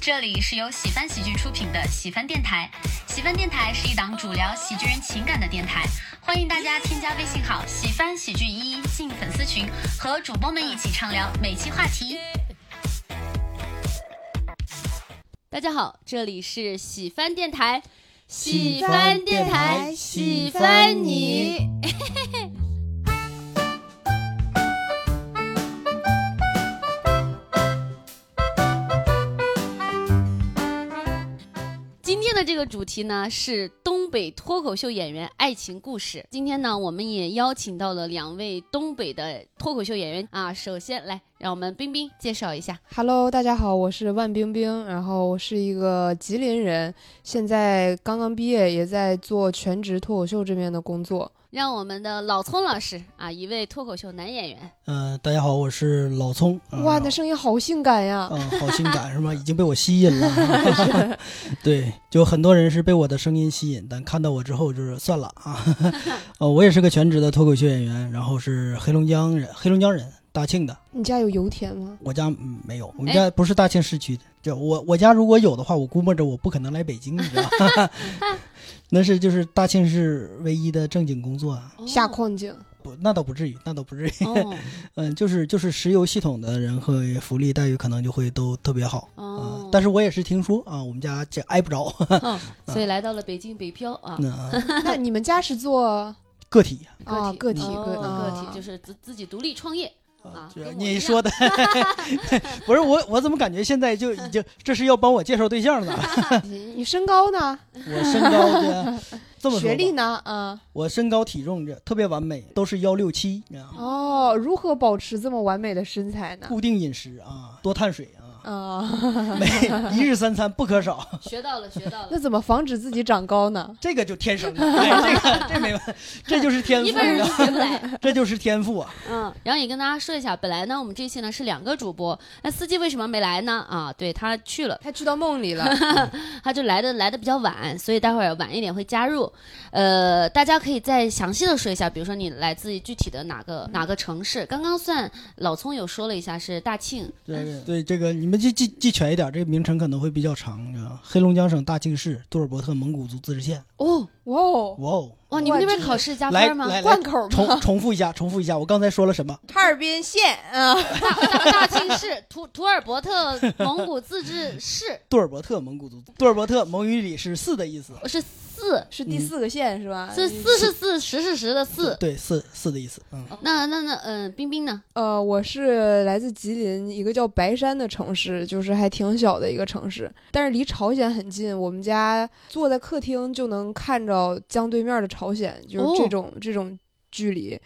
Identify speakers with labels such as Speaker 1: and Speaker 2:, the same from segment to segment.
Speaker 1: 这里是由喜翻喜剧出品的喜翻电台。喜翻电台是一档主聊喜剧人情感的电台，欢迎大家添加微信号“喜翻喜剧一”进粉丝群，和主播们一起畅聊每期话题。
Speaker 2: 大家好，这里是喜翻电台，
Speaker 3: 喜翻电台喜欢你。
Speaker 2: 今天的这个主题呢是东北脱口秀演员爱情故事。今天呢，我们也邀请到了两位东北的脱口秀演员啊。首先来，让我们冰冰介绍一下。
Speaker 3: Hello，大家好，我是万冰冰，然后我是一个吉林人，现在刚刚毕业，也在做全职脱口秀这边的工作。
Speaker 2: 让我们的老聪老师啊，一位脱口秀男演员，
Speaker 4: 嗯、大家好，我是老葱。呃
Speaker 3: 哇，那声音好性感呀！
Speaker 4: 嗯，好性感是吗？已经被我吸引 了。 对，就很多人是被我的声音吸引，但看到我之后就是算了啊。 呃，我也是个全职的脱口秀演员，然后是黑龙江人，黑龙江人，大庆的。
Speaker 3: 你家有油田吗？
Speaker 4: 我家嗯没有，我们
Speaker 2: 哎
Speaker 4: 家不是大庆市区的。就我我家如果有的话，我估摸着我不可能来北京，你知道吧？ 那是就是大庆市唯一的正经工作啊，
Speaker 3: 下矿 井。
Speaker 4: 不，那倒不至于，那倒不至于。
Speaker 2: 哦
Speaker 4: 嗯，就是就是石油系统的人和福利待遇可能就会都特别好。啊
Speaker 2: 哦，，
Speaker 4: 但
Speaker 2: 是、
Speaker 4: 是我也是听说啊，我们家这挨不着，
Speaker 2: 所以来到了北京北漂啊。
Speaker 4: 那
Speaker 3: 那你们家是做
Speaker 4: 个体嗯
Speaker 3: 啊
Speaker 2: 个
Speaker 3: 个
Speaker 2: 体
Speaker 3: 体
Speaker 2: 哦
Speaker 3: 个
Speaker 2: 个体就是自自己独立创业，啊
Speaker 4: 这
Speaker 2: 跟我
Speaker 4: 你
Speaker 2: 一
Speaker 4: 说的， 不是我，我怎么感觉现在就已 经这是要帮我介绍对象了？
Speaker 3: 啊你你身高呢？
Speaker 4: 我身高 这这么说
Speaker 3: 学历
Speaker 4: 吧，嗯
Speaker 3: 呢？啊
Speaker 4: 我身高体重这特别完美，都是幺六七，
Speaker 3: 哦，如何保持这么完美的身材呢？
Speaker 4: 固定饮食啊，多碳水 啊，
Speaker 3: 啊，
Speaker 4: 每一日三餐不可少，
Speaker 2: 学到了，学到
Speaker 3: 那
Speaker 2: 了。
Speaker 3: 怎么防止自己长高 呢？
Speaker 4: 这个就天 生的，哎，这个这没问，这就是天
Speaker 2: 一
Speaker 4: 赋，
Speaker 2: 般人
Speaker 4: 你
Speaker 2: 都
Speaker 4: 知
Speaker 2: 学不
Speaker 4: 道吗
Speaker 2: 来，
Speaker 4: 这就是天赋啊。
Speaker 2: 嗯，然后也跟大家说一下，本来呢，我们这期呢是两个主播，那司机为什么没来呢？啊，对他去了，
Speaker 3: 他去到梦 里了。
Speaker 2: 他就来的来的比较晚，所以待会儿晚一点会加入。呃，大家可以再详细的说一下，比如说你来自于具体的哪个哪个城市。刚刚算老葱有说了一下是大庆，
Speaker 4: 对对，这个你们记记记全一点，这个名称可能会比较长啊。黑龙江省大庆市杜尔伯特蒙古族自治县。
Speaker 2: 哦
Speaker 3: 哇哦，
Speaker 4: 哇哦，
Speaker 2: 哇，你们那边考试加
Speaker 4: 来
Speaker 2: 分吗？
Speaker 4: 来来
Speaker 3: 贯，
Speaker 2: 哦
Speaker 3: 口吗？
Speaker 4: 重重复一下，重复一下，我刚才说了什么？
Speaker 3: 哈尔滨县啊，
Speaker 2: 大大大庆市土土尔伯特蒙古自治市
Speaker 4: 杜尔伯特蒙古族，杜尔伯特蒙语里是四的意思。
Speaker 2: 是四，
Speaker 3: 是第四个县是吧？
Speaker 2: 是四是四，十是十的四。
Speaker 4: 对，四四的意思。嗯，
Speaker 2: 那那那，嗯、冰冰呢？
Speaker 3: 呃，我是来自吉林一个叫白山的城市，就是还挺小的一个城市，但是离朝鲜很近。我们家坐在客厅就能看着江对面的朝鲜，就是
Speaker 2: 哦
Speaker 3: 这种、这种距离。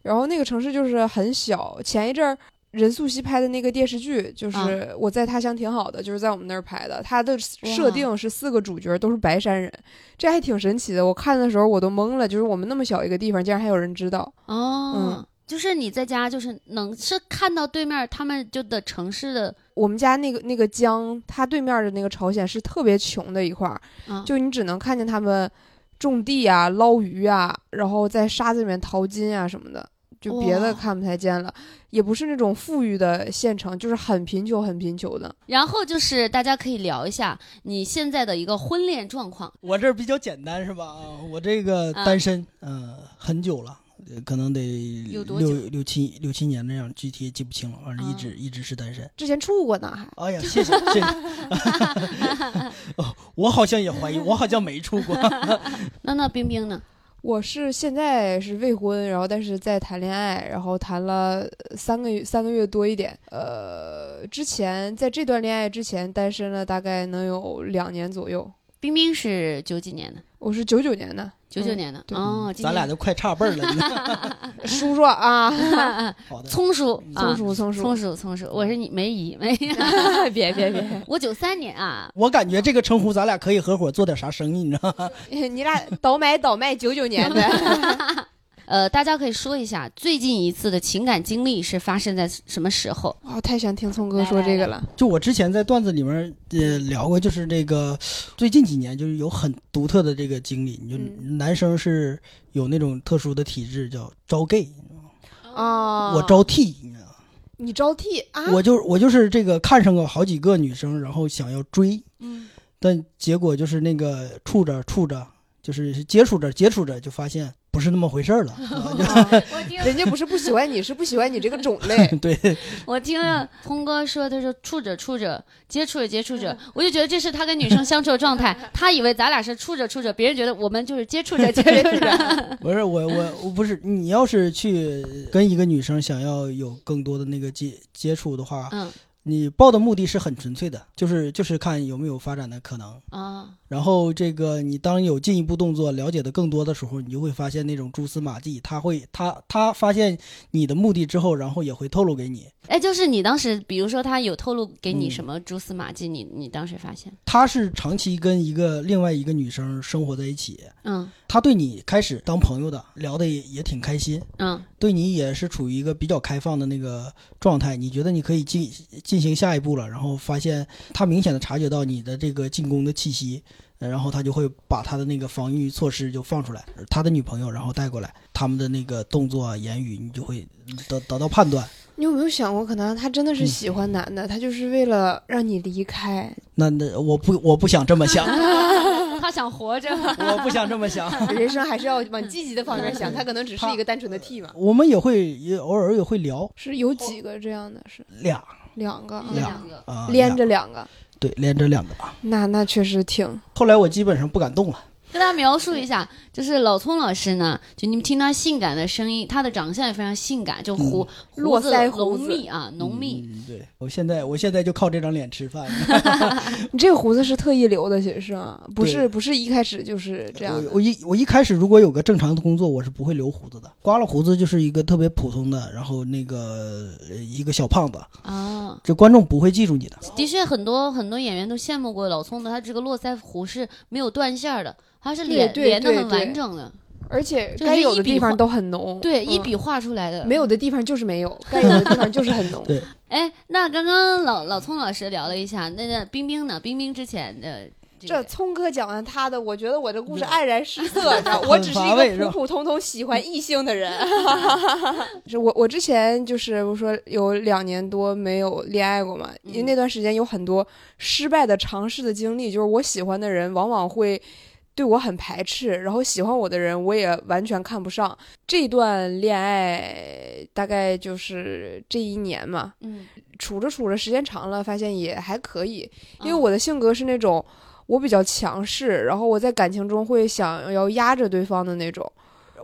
Speaker 3: 然后那个城市就是很小，前一阵儿。任素汐拍的那个电视剧，就是我在他乡挺好的，就是在我们那儿拍的。它的设定是四个主角都是白山人，这还挺神奇的。我看的时候我都懵了，就是我们那么小一个地方，竟然还有人知道。
Speaker 2: 哦，就是你在家就是能是看到对面他们就的城市的
Speaker 3: 我们家那个那个江，它对面的那个朝鲜是特别穷的一块儿，
Speaker 2: 啊，
Speaker 3: 就你只能看见他们种地啊、捞鱼啊，然后在沙子里面淘金啊什么的，就别的
Speaker 2: 哇
Speaker 3: 看不太见了。也不是那种富裕的县城，就是很贫穷、很贫穷的。
Speaker 2: 然后就是大家可以聊一下你现在的一个婚恋状况。
Speaker 4: 我这儿比较简单是吧？啊，我这个
Speaker 2: 啊
Speaker 4: 单身，嗯、很久了。呃可能得
Speaker 2: 有
Speaker 4: 六
Speaker 2: 多久
Speaker 4: 六七六七年那样，具体也记不清了。反正一
Speaker 2: 啊
Speaker 4: 直、一直是单身。
Speaker 3: 之前处过呢，还
Speaker 4: 哎呀，谢 谢谢谢。哦，我好像也怀疑，我好像没处过。
Speaker 2: 那那冰冰呢？
Speaker 3: 我是现在是未婚，然后但是在谈恋爱，然后谈了呃三个月三个月多一点。呃，之前在这段恋爱之前单身了大概能有两年左右。
Speaker 2: 冰冰是九几年的？
Speaker 3: 我是九九年的，
Speaker 2: 九九年的、
Speaker 3: 对
Speaker 2: 哦，今
Speaker 4: 嗯咱俩
Speaker 2: 年
Speaker 4: 都快差辈儿了 你看。
Speaker 3: 叔叔啊，
Speaker 4: 好
Speaker 2: 嗯
Speaker 4: 的，
Speaker 2: 葱叔啊
Speaker 3: 松，鼠松鼠
Speaker 2: 葱叔葱叔，我是你梅姨梅 姨，
Speaker 3: 别别别，
Speaker 2: 我九三年啊，
Speaker 4: 我感觉这个称呼咱俩可以合伙做点啥生意，你知道吗？
Speaker 3: 你俩倒买倒卖九九年的，
Speaker 2: 呃，大家可以说一下最近一次的情感经历是发生在什么时候？
Speaker 3: 哇，我太想听聪哥说这个了。
Speaker 4: 就我之前在段子里面呃聊过，就是这个最近几年就是有很独特的这个经历，你就
Speaker 3: 嗯
Speaker 4: 男生是有那种特殊的体质叫招 gay，、
Speaker 3: 啊，
Speaker 4: 我招 T，你知道吗
Speaker 3: 你招替啊？
Speaker 4: 我就我就是这个看上过好几个女生，然后想要追，
Speaker 3: 嗯，
Speaker 4: 但结果就是那个处着处着，就是接触着接触着，就发现不是那么回事儿 了。啊就
Speaker 3: 啊
Speaker 1: 我听
Speaker 3: 人家不是不喜欢你，是不喜欢你这个种
Speaker 4: 。
Speaker 3: 类
Speaker 4: 对，
Speaker 2: 我听了峰哥说，他说处着处着，接触着接触着，
Speaker 3: 嗯
Speaker 2: 我就觉得这是他跟女生相处的状 态。他以为咱俩是处着处着，别人觉得我们就是接触着接触 着。
Speaker 4: 不是我我我不是你要是去跟一个女生想要有更多的那个接接触的话，
Speaker 2: 嗯
Speaker 4: 你报的目的是很纯粹的，就是就是看有没有发展的可能。
Speaker 2: 啊，
Speaker 3: 嗯
Speaker 4: 然后这个你当有进一步动作了解的更多的时候，你就会发现那种蛛丝马迹，他会他他发现你的目的之后，然后也会透露给你。
Speaker 2: 哎，就是你当时，比如说他有透露给你
Speaker 4: 嗯
Speaker 2: 什么蛛丝马迹，你你当时发现？
Speaker 4: 他是长期跟一个另外一个女生生活在一起，
Speaker 2: 嗯
Speaker 4: 他对你开始当朋友的，聊的也也挺开心，
Speaker 2: 嗯
Speaker 4: 对你也是处于一个比较开放的那个状态。你觉得你可以进进行下一步了，然后发现他明显的察觉到你的这个进攻的气息，呃然后他就会把他的那个防御措施就放出来，他的女朋友然后带过来，他们的那个动作啊、言语，你就会得得到判断。
Speaker 3: 你有没有想过，可能他真的是
Speaker 4: 嗯
Speaker 3: 喜欢男的，他就是为了让你离开，
Speaker 4: 那那我不我不想这么想，
Speaker 2: 他想活着。
Speaker 3: 嗯
Speaker 4: 我不想这么想。
Speaker 3: 人生还是要往积极的方面想。他可能只是
Speaker 4: 他
Speaker 3: 一个单纯的替嘛。
Speaker 4: 我们也会也偶尔也会聊
Speaker 3: 是有几个这样的？是
Speaker 4: 俩
Speaker 3: 两个，啊
Speaker 4: 两
Speaker 2: 个，
Speaker 4: 啊，
Speaker 3: 连
Speaker 4: 俩
Speaker 3: 着两个。
Speaker 4: 对连着两个啊。
Speaker 3: 那那确实挺
Speaker 4: 后来我基本上不敢动了。
Speaker 2: 跟大家描述一下，就是老聪老师呢，就你们听他性感的声音，他的长相也非常性感，就胡、胡
Speaker 3: 嗯络
Speaker 2: 子
Speaker 3: 腮胡
Speaker 2: 浓
Speaker 3: 子
Speaker 2: 密啊，浓密。
Speaker 4: 嗯对我现在，我现在就靠这张脸吃饭。
Speaker 3: 你这个胡子是特意留的，其实啊，不
Speaker 4: 对
Speaker 3: 是不是一开始就是这样
Speaker 4: 我
Speaker 3: 的。
Speaker 4: 我一我一开始如果有个正常的工作，我是不会留胡子的。刮了胡子就是一个特别普通的，然后那个呃一个小胖子，
Speaker 3: 嗯
Speaker 2: 啊，
Speaker 4: 这观众不会记住你的。
Speaker 2: 的确，很多很多演员都羡慕过老聪的，他这个络腮胡是没有断线儿的，他是
Speaker 3: 对
Speaker 2: 连
Speaker 3: 对
Speaker 2: 连的
Speaker 3: 对
Speaker 2: 很
Speaker 3: 对
Speaker 2: 完整的，
Speaker 3: 而且
Speaker 2: 就是
Speaker 3: 该有的
Speaker 2: 一笔
Speaker 3: 地
Speaker 2: 画
Speaker 3: 方都很浓，
Speaker 2: 对，
Speaker 3: 嗯
Speaker 2: 一笔画出来的。
Speaker 3: 没有的地方就是没有，该有的地方就是很浓
Speaker 4: 对。
Speaker 2: 哎，那刚刚老老聪老师聊了一下，那那冰冰呢？冰冰之前的这
Speaker 3: 这
Speaker 2: 个
Speaker 3: 聪哥讲完他的，我觉得我这故事
Speaker 4: 对
Speaker 3: 黯然失色，你知 道，我只是
Speaker 4: 嗯很乏味
Speaker 3: 一
Speaker 4: 是
Speaker 3: 个
Speaker 4: 吧
Speaker 3: 普普通通喜欢异性的 人。是我我之前就是我说有两年多没有恋爱过嘛，因为
Speaker 2: 嗯
Speaker 3: 那段时间有很多失败的尝试的经历，就是我喜欢的人往往会。对我很排斥，然后喜欢我的人我也完全看不上。这段恋爱大概就是这一年嘛，
Speaker 2: 嗯，
Speaker 3: 处着处着时间长了，发现也还可以，因为
Speaker 2: 啊
Speaker 3: 我的性格是那种我比较强势，然后我在感情中会想要压着对方的那种，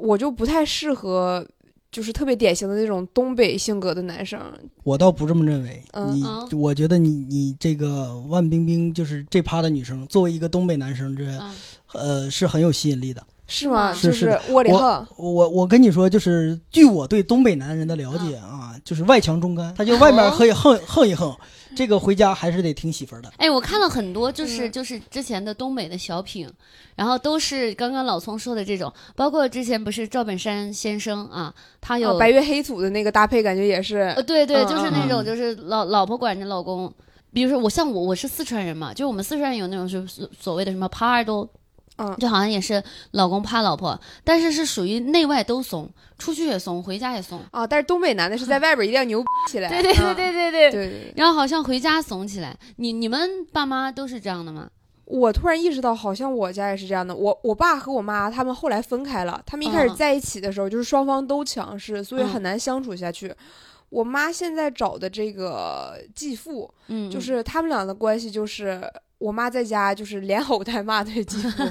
Speaker 3: 我就不太适合。就是特别典型的那种东北性格的男生，
Speaker 4: 我倒不这么认为，
Speaker 3: 嗯
Speaker 4: 你、
Speaker 2: 嗯
Speaker 4: 我觉得你你这个万冰冰就是这趴的女生，作为一个东北男生，这、
Speaker 2: 啊
Speaker 4: 呃是很有吸引力的。
Speaker 3: 是吗？
Speaker 2: 是
Speaker 3: 就是
Speaker 4: 的
Speaker 3: 窝里横，
Speaker 4: 我我跟你说，就是据我对东北男人的了解啊，就是外强中干，他就外面横一横横一横，这个回家还是得听媳妇儿的。
Speaker 2: 哎，我看了很多，就是
Speaker 3: 嗯
Speaker 2: 就是之前的东北的小品，然后都是刚刚老聪说的这种，包括之前不是赵本山先生啊，他有、
Speaker 3: 啊白月黑组的那个搭配，感觉也是
Speaker 2: 呃，对对，
Speaker 3: 嗯
Speaker 2: 就是那种
Speaker 4: 嗯
Speaker 2: 就是老老婆管着老公，比如说我像我我是四川人嘛，就是我们四川人有那种是所所谓的什么耙二都。
Speaker 3: 嗯
Speaker 2: 就好像也是老公怕老婆，但是是属于内外都怂，出去也怂，回家也怂。
Speaker 3: 啊，但是东北男的是在外边一定要牛起来，
Speaker 2: 对对对
Speaker 3: 啊
Speaker 2: 对对
Speaker 3: 对
Speaker 2: 对。
Speaker 3: 对对。
Speaker 2: 然后好像回家怂起来，你你们爸妈都是这样的吗？
Speaker 3: 我突然意识到，好像我家也是这样的。我我爸和我妈他们后来分开了，他们一开始
Speaker 2: 嗯
Speaker 3: 在一起的时候，就是双方都强势，所以
Speaker 2: 嗯
Speaker 3: 很难相处下去。我妈现在找的这个继父，
Speaker 2: 嗯，
Speaker 3: 就
Speaker 2: 嗯
Speaker 3: 是他们俩的关系，就是我妈在家就是连吼带骂对继父，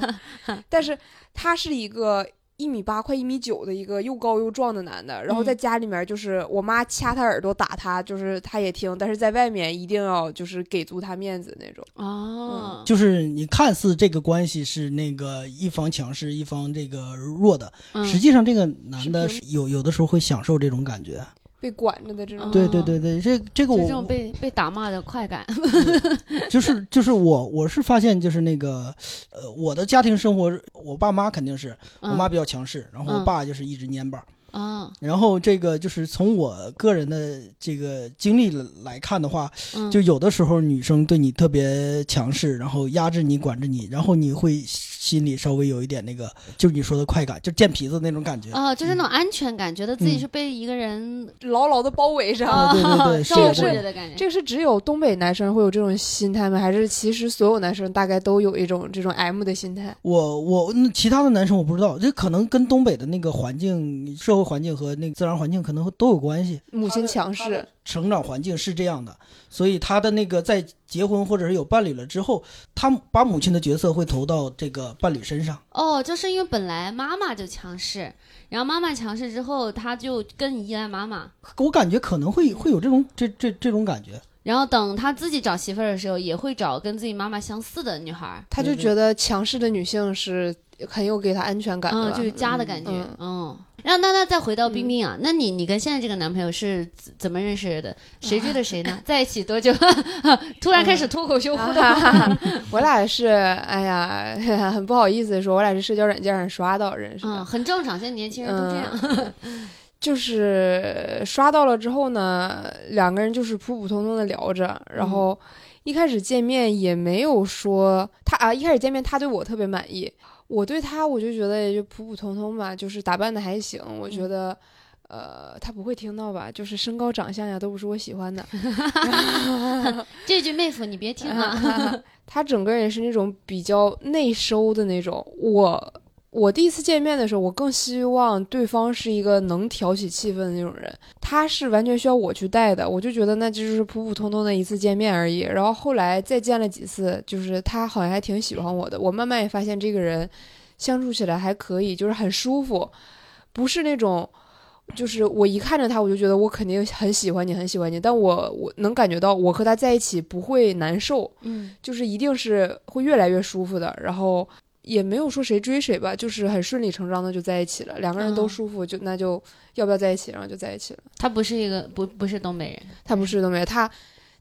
Speaker 3: 但是他是一个。一米八，快一米九的一个又高又壮的男的，然后
Speaker 2: 嗯
Speaker 3: 在家里面就是我妈掐他耳朵打他，就是他也听，但是在外面一定要就是给足他面子那种。
Speaker 2: 哦，
Speaker 4: 就是你看似这个关系是那个一方强势，一方这个弱的，
Speaker 2: 嗯
Speaker 4: 实际上这个男的
Speaker 3: 是
Speaker 4: 有有的时候会享受这种感觉。
Speaker 3: 被管着的这种。
Speaker 4: 对
Speaker 2: 哦
Speaker 4: 对对对，这这个
Speaker 2: 就这种
Speaker 4: 我
Speaker 2: 被被打骂的快感。
Speaker 4: 就是就是我我是发现就是那个呃我的家庭生活，我爸妈肯定是我妈比较强势，然后我
Speaker 2: 嗯
Speaker 4: 爸就是一直蔫巴儿。
Speaker 2: 啊，
Speaker 4: 然后这个就是从我个人的这个经历来看的话，
Speaker 2: 嗯
Speaker 4: 就有的时候女生对你特别强势，然后压制你、管着你，然后你会心里稍微有一点那个，就是你说的快感，就贱皮子那种感觉。
Speaker 2: 哦，就是
Speaker 4: 嗯
Speaker 2: 那种安全感，觉得自己是被一个人
Speaker 3: 牢牢的包围着。
Speaker 4: 啊对嗯对对
Speaker 2: 哦
Speaker 4: 是
Speaker 2: 照
Speaker 3: 有
Speaker 2: 顾
Speaker 3: 这
Speaker 2: 着
Speaker 3: 个
Speaker 2: 的感觉。
Speaker 3: 这个是只有东北男生会有这种心态吗？还是其实所有男生大概都有一种这种 M 的心态？
Speaker 4: 我我嗯其他的男生我不知道，这可能跟东北的那个环境、社会环境和那个自然环境可能都有关系。
Speaker 3: 母亲强
Speaker 4: 他的
Speaker 3: 势，
Speaker 4: 成长环境是这样的，所以他的那个在结婚或者是有伴侣了之后，他把母亲的角色会投到这个伴侣身上。
Speaker 2: 哦，就是因为本来妈妈就强势，然后妈妈强势之后，他就更依赖妈妈。
Speaker 4: 我感觉可能会会有这种这这这种感觉。
Speaker 2: 然后等他自己找媳妇儿的时候，也会找跟自己妈妈相似的女孩儿，
Speaker 3: 他就觉得强势的女性是很有给他安全感的
Speaker 2: 嗯，
Speaker 3: 吧，
Speaker 2: 就是家的感觉，
Speaker 3: 嗯
Speaker 2: 嗯。然后那那再回到冰冰啊，那你你跟现在这个男朋友是怎怎么认识的？谁追的谁 呢？在一起多久？ 突然开始脱口 秀互动，
Speaker 3: 哈哈，嗯
Speaker 2: 嗯
Speaker 3: 我俩是，哎呀， 很不好意思地说，我俩是社交软件上刷到认识的。
Speaker 2: 嗯，很正常，现在年轻人都这样。
Speaker 3: 就是刷到了之后呢，两个人就是普普通通的聊着，然后一开始见面也没有说他啊，一开始见面他对我特别满意，我对他我就觉得也就普普通通吧，就是打扮的还行，我觉得。呃，他不会听到吧？就是身高、长相呀，都不是我喜欢的。
Speaker 2: 这句妹夫你别听啊，
Speaker 3: 他整个人也是那种比较内收的那种。我我第一次见面的时候，我更希望对方是一个能挑起气氛的那种人。他是完全需要我去带的，我就觉得那就是普普通通的一次见面而已。然后后来再见了几次，就是他好像还挺喜欢我的。我慢慢也发现这个人相处起来还可以，就是很舒服，不是那种。就是我一看着他，我就觉得我肯定很喜欢你，很喜欢你。但我我能感觉到，我和他在一起不会难受，
Speaker 2: 嗯，
Speaker 3: 就是一定是会越来越舒服的。然后也没有说谁追谁吧，就是很顺理成章的就在一起了。两个人都
Speaker 2: 嗯
Speaker 3: 舒服，就那就要不要在一起，然后就在一起了。
Speaker 2: 他不是一个不不是东北人，
Speaker 3: 他不是东北人，他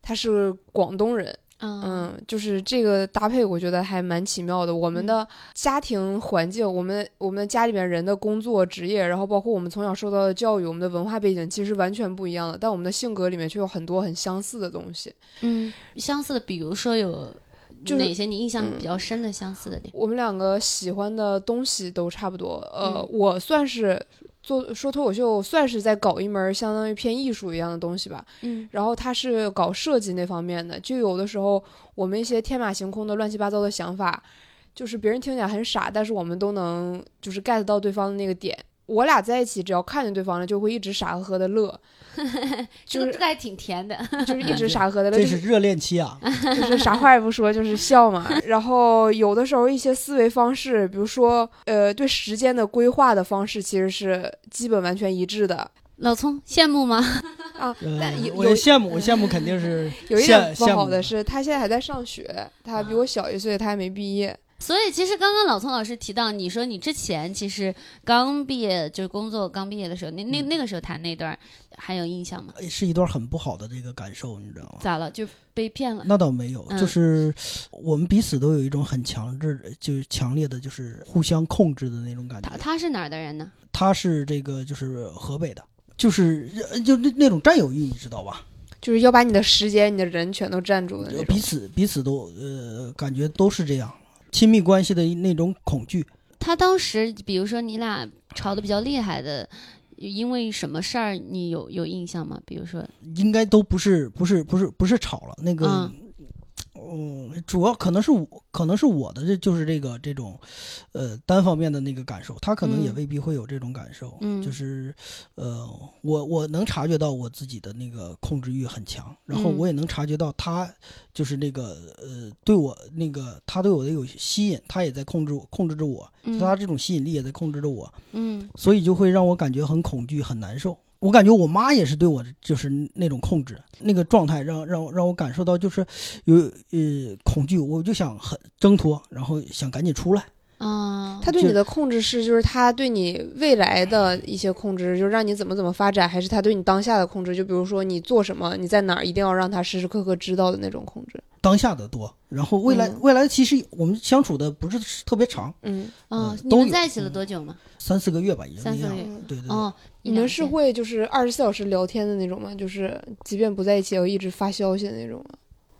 Speaker 3: 他是广东人，
Speaker 2: 嗯
Speaker 3: 嗯，就是这个搭配，我觉得还蛮奇妙的。我们
Speaker 2: 嗯
Speaker 3: 的家庭环境，我们我们的家里面人的工作职业，然后包括我们从小受到的教育，我们的文化背景其实完全不一样的，但我们的性格里面却有很多很相似的东西。
Speaker 2: 嗯，相似的，比如说有
Speaker 3: 就是
Speaker 2: 哪些你印象比较深的相似的点？
Speaker 3: 我们两个喜欢的东西都差不多。呃，
Speaker 2: 嗯
Speaker 3: 我算是做说脱口秀，算是在搞一门相当于偏艺术一样的东西吧。
Speaker 2: 嗯
Speaker 3: 然后他是搞设计那方面的，就有的时候我们一些天马行空的乱七八糟的想法，就是别人听起来很傻，但是我们都能就是 get 到对方的那个点。我俩在一起，只要看见对方了，就会一直傻呵呵的 乐，
Speaker 2: 这
Speaker 3: 就
Speaker 2: 个
Speaker 3: 是
Speaker 2: 还挺甜的，
Speaker 3: 就是一直傻呵呵的乐，
Speaker 4: 这
Speaker 3: 就是
Speaker 4: 热恋期啊，
Speaker 3: 就是啥话也不说，就是笑嘛。然后有的时候一些思维方式，比如说呃对时间的规划的方式，其实是基本完全一致的
Speaker 2: 老葱羡慕吗？
Speaker 3: 啊。
Speaker 4: 呃
Speaker 3: 有
Speaker 4: 我
Speaker 3: 有
Speaker 4: 羡慕，我羡慕肯定是
Speaker 3: 有一
Speaker 4: 羡
Speaker 3: 点不好
Speaker 4: 羡慕
Speaker 3: 的是，他现在还在上学，他比我小一岁，他还没毕业。
Speaker 2: 所以其实刚刚老丛老师提到，你说你之前其实刚毕业就是工作刚毕业的时候，那
Speaker 3: 嗯
Speaker 2: 那那个时候谈那段还有印象吗？
Speaker 4: 哎是一段很不好的这个感受，你知道吗？
Speaker 2: 咋了？就被骗了？
Speaker 4: 那倒没有，
Speaker 2: 嗯
Speaker 4: 就是我们彼此都有一种很强制，就是强烈的，就是互相控制的那种感觉
Speaker 2: 他。他是哪儿的人呢？
Speaker 4: 他是这个就是河北的，就是呃就那那种占有欲，你知道吧？
Speaker 3: 就是要把你的时间、你的人全都占住的那种
Speaker 4: 彼。此彼此都呃感觉都是这样，亲密关系的那种恐惧。
Speaker 2: 他当时比如说你俩吵得比较厉害的，因为什么事儿你有有印象吗？比如说
Speaker 4: 应该都不是不是不是不是吵了，那个，
Speaker 3: 嗯
Speaker 4: 嗯，主要可能是我可能是我的这就是这个这种，呃，单方面的那个感受，他可能也
Speaker 2: 嗯
Speaker 4: 未必会有这种感受，
Speaker 2: 嗯
Speaker 4: 就是，呃，我我能察觉到我自己的那个控制欲很强，然后
Speaker 2: 嗯
Speaker 4: 我也能察觉到他就是那个呃对我那个他对我的有吸引，他也在控制我控制着我，
Speaker 2: 嗯
Speaker 4: 他这种吸引力也在控制着我，
Speaker 2: 嗯
Speaker 4: 所以就会让我感觉很恐惧、很难受。我感觉我妈也是对我就是那种控制那个状态让，让让我感受到就是有呃恐惧，我就想很挣脱，然后想赶紧出来。
Speaker 2: 啊，
Speaker 3: 他对你的控制是，就是他对你未来的一些控制，就是让你怎么怎么发展，还是他对你当下的控制？就比如说你做什么，你在哪儿，一定要让他时时刻刻知道的那种控制。
Speaker 4: 当下的多，然后未来、
Speaker 3: 嗯
Speaker 4: 未来其实我们相处的不是特别长，
Speaker 3: 嗯，
Speaker 2: 嗯
Speaker 4: 嗯，
Speaker 2: 你
Speaker 4: 都
Speaker 2: 们
Speaker 4: 有
Speaker 2: 在一起了
Speaker 4: 嗯
Speaker 2: 多久吗？
Speaker 4: 三四个月吧，也就
Speaker 2: 三
Speaker 4: 那
Speaker 2: 四个
Speaker 4: 样。
Speaker 2: 月。
Speaker 4: 对对对，
Speaker 2: 哦，
Speaker 3: 你们
Speaker 2: 两
Speaker 3: 是
Speaker 2: 天
Speaker 3: 会就是二十四小时聊天的那种吗？就是即便不在一起，也要一直发消息的那种吗？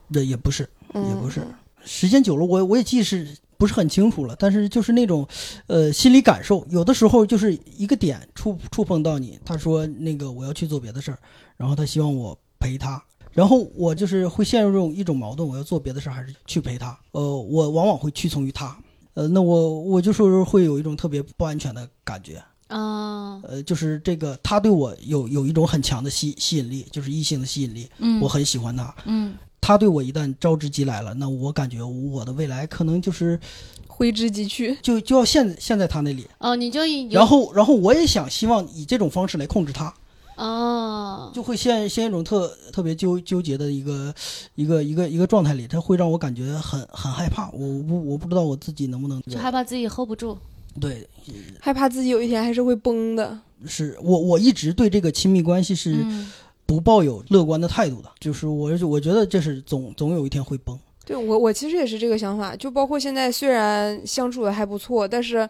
Speaker 4: 也也不是，
Speaker 3: 嗯、
Speaker 4: 也不是时间久了，我我也记是不是很清楚了，但是就是那种，呃，心理感受，有的时候就是一个点触触碰到你，他说那个我要去做别的事儿，然后他希望我陪他，然后我就是会陷入这种一种矛盾，我要做别的事儿还是去陪他？呃，我往往会屈从于他，呃，那我我就是会有一种特别不安全的感觉，
Speaker 2: 啊，
Speaker 4: 呃，就是这个他对我有有一种很强的吸吸引力，就是异性的吸引力，
Speaker 2: 嗯，
Speaker 4: 我很喜欢他，
Speaker 2: 嗯，
Speaker 4: 他对我一旦招之即来了，那我感觉我的未来可能就是
Speaker 3: 挥之即去。
Speaker 4: 就就要陷陷在他那里，
Speaker 2: 哦，你就有
Speaker 4: 然后然后我也想希望以这种方式来控制他，
Speaker 2: 哦，
Speaker 4: 就会陷陷一种特特别纠纠结的一个一个一个一个状态里，它会让我感觉很很害怕，我不我不知道我自己能不能
Speaker 2: 就害怕自己 hold 不住，
Speaker 4: 对，
Speaker 3: 害怕自己有一天还是会崩的。
Speaker 4: 是我我一直对这个亲密关系是
Speaker 2: 嗯，
Speaker 4: 不抱有乐观的态度的，就是我我觉得这是总总有一天会崩，
Speaker 3: 对我，我其实也是这个想法。就包括现在，虽然相处的还不错，但是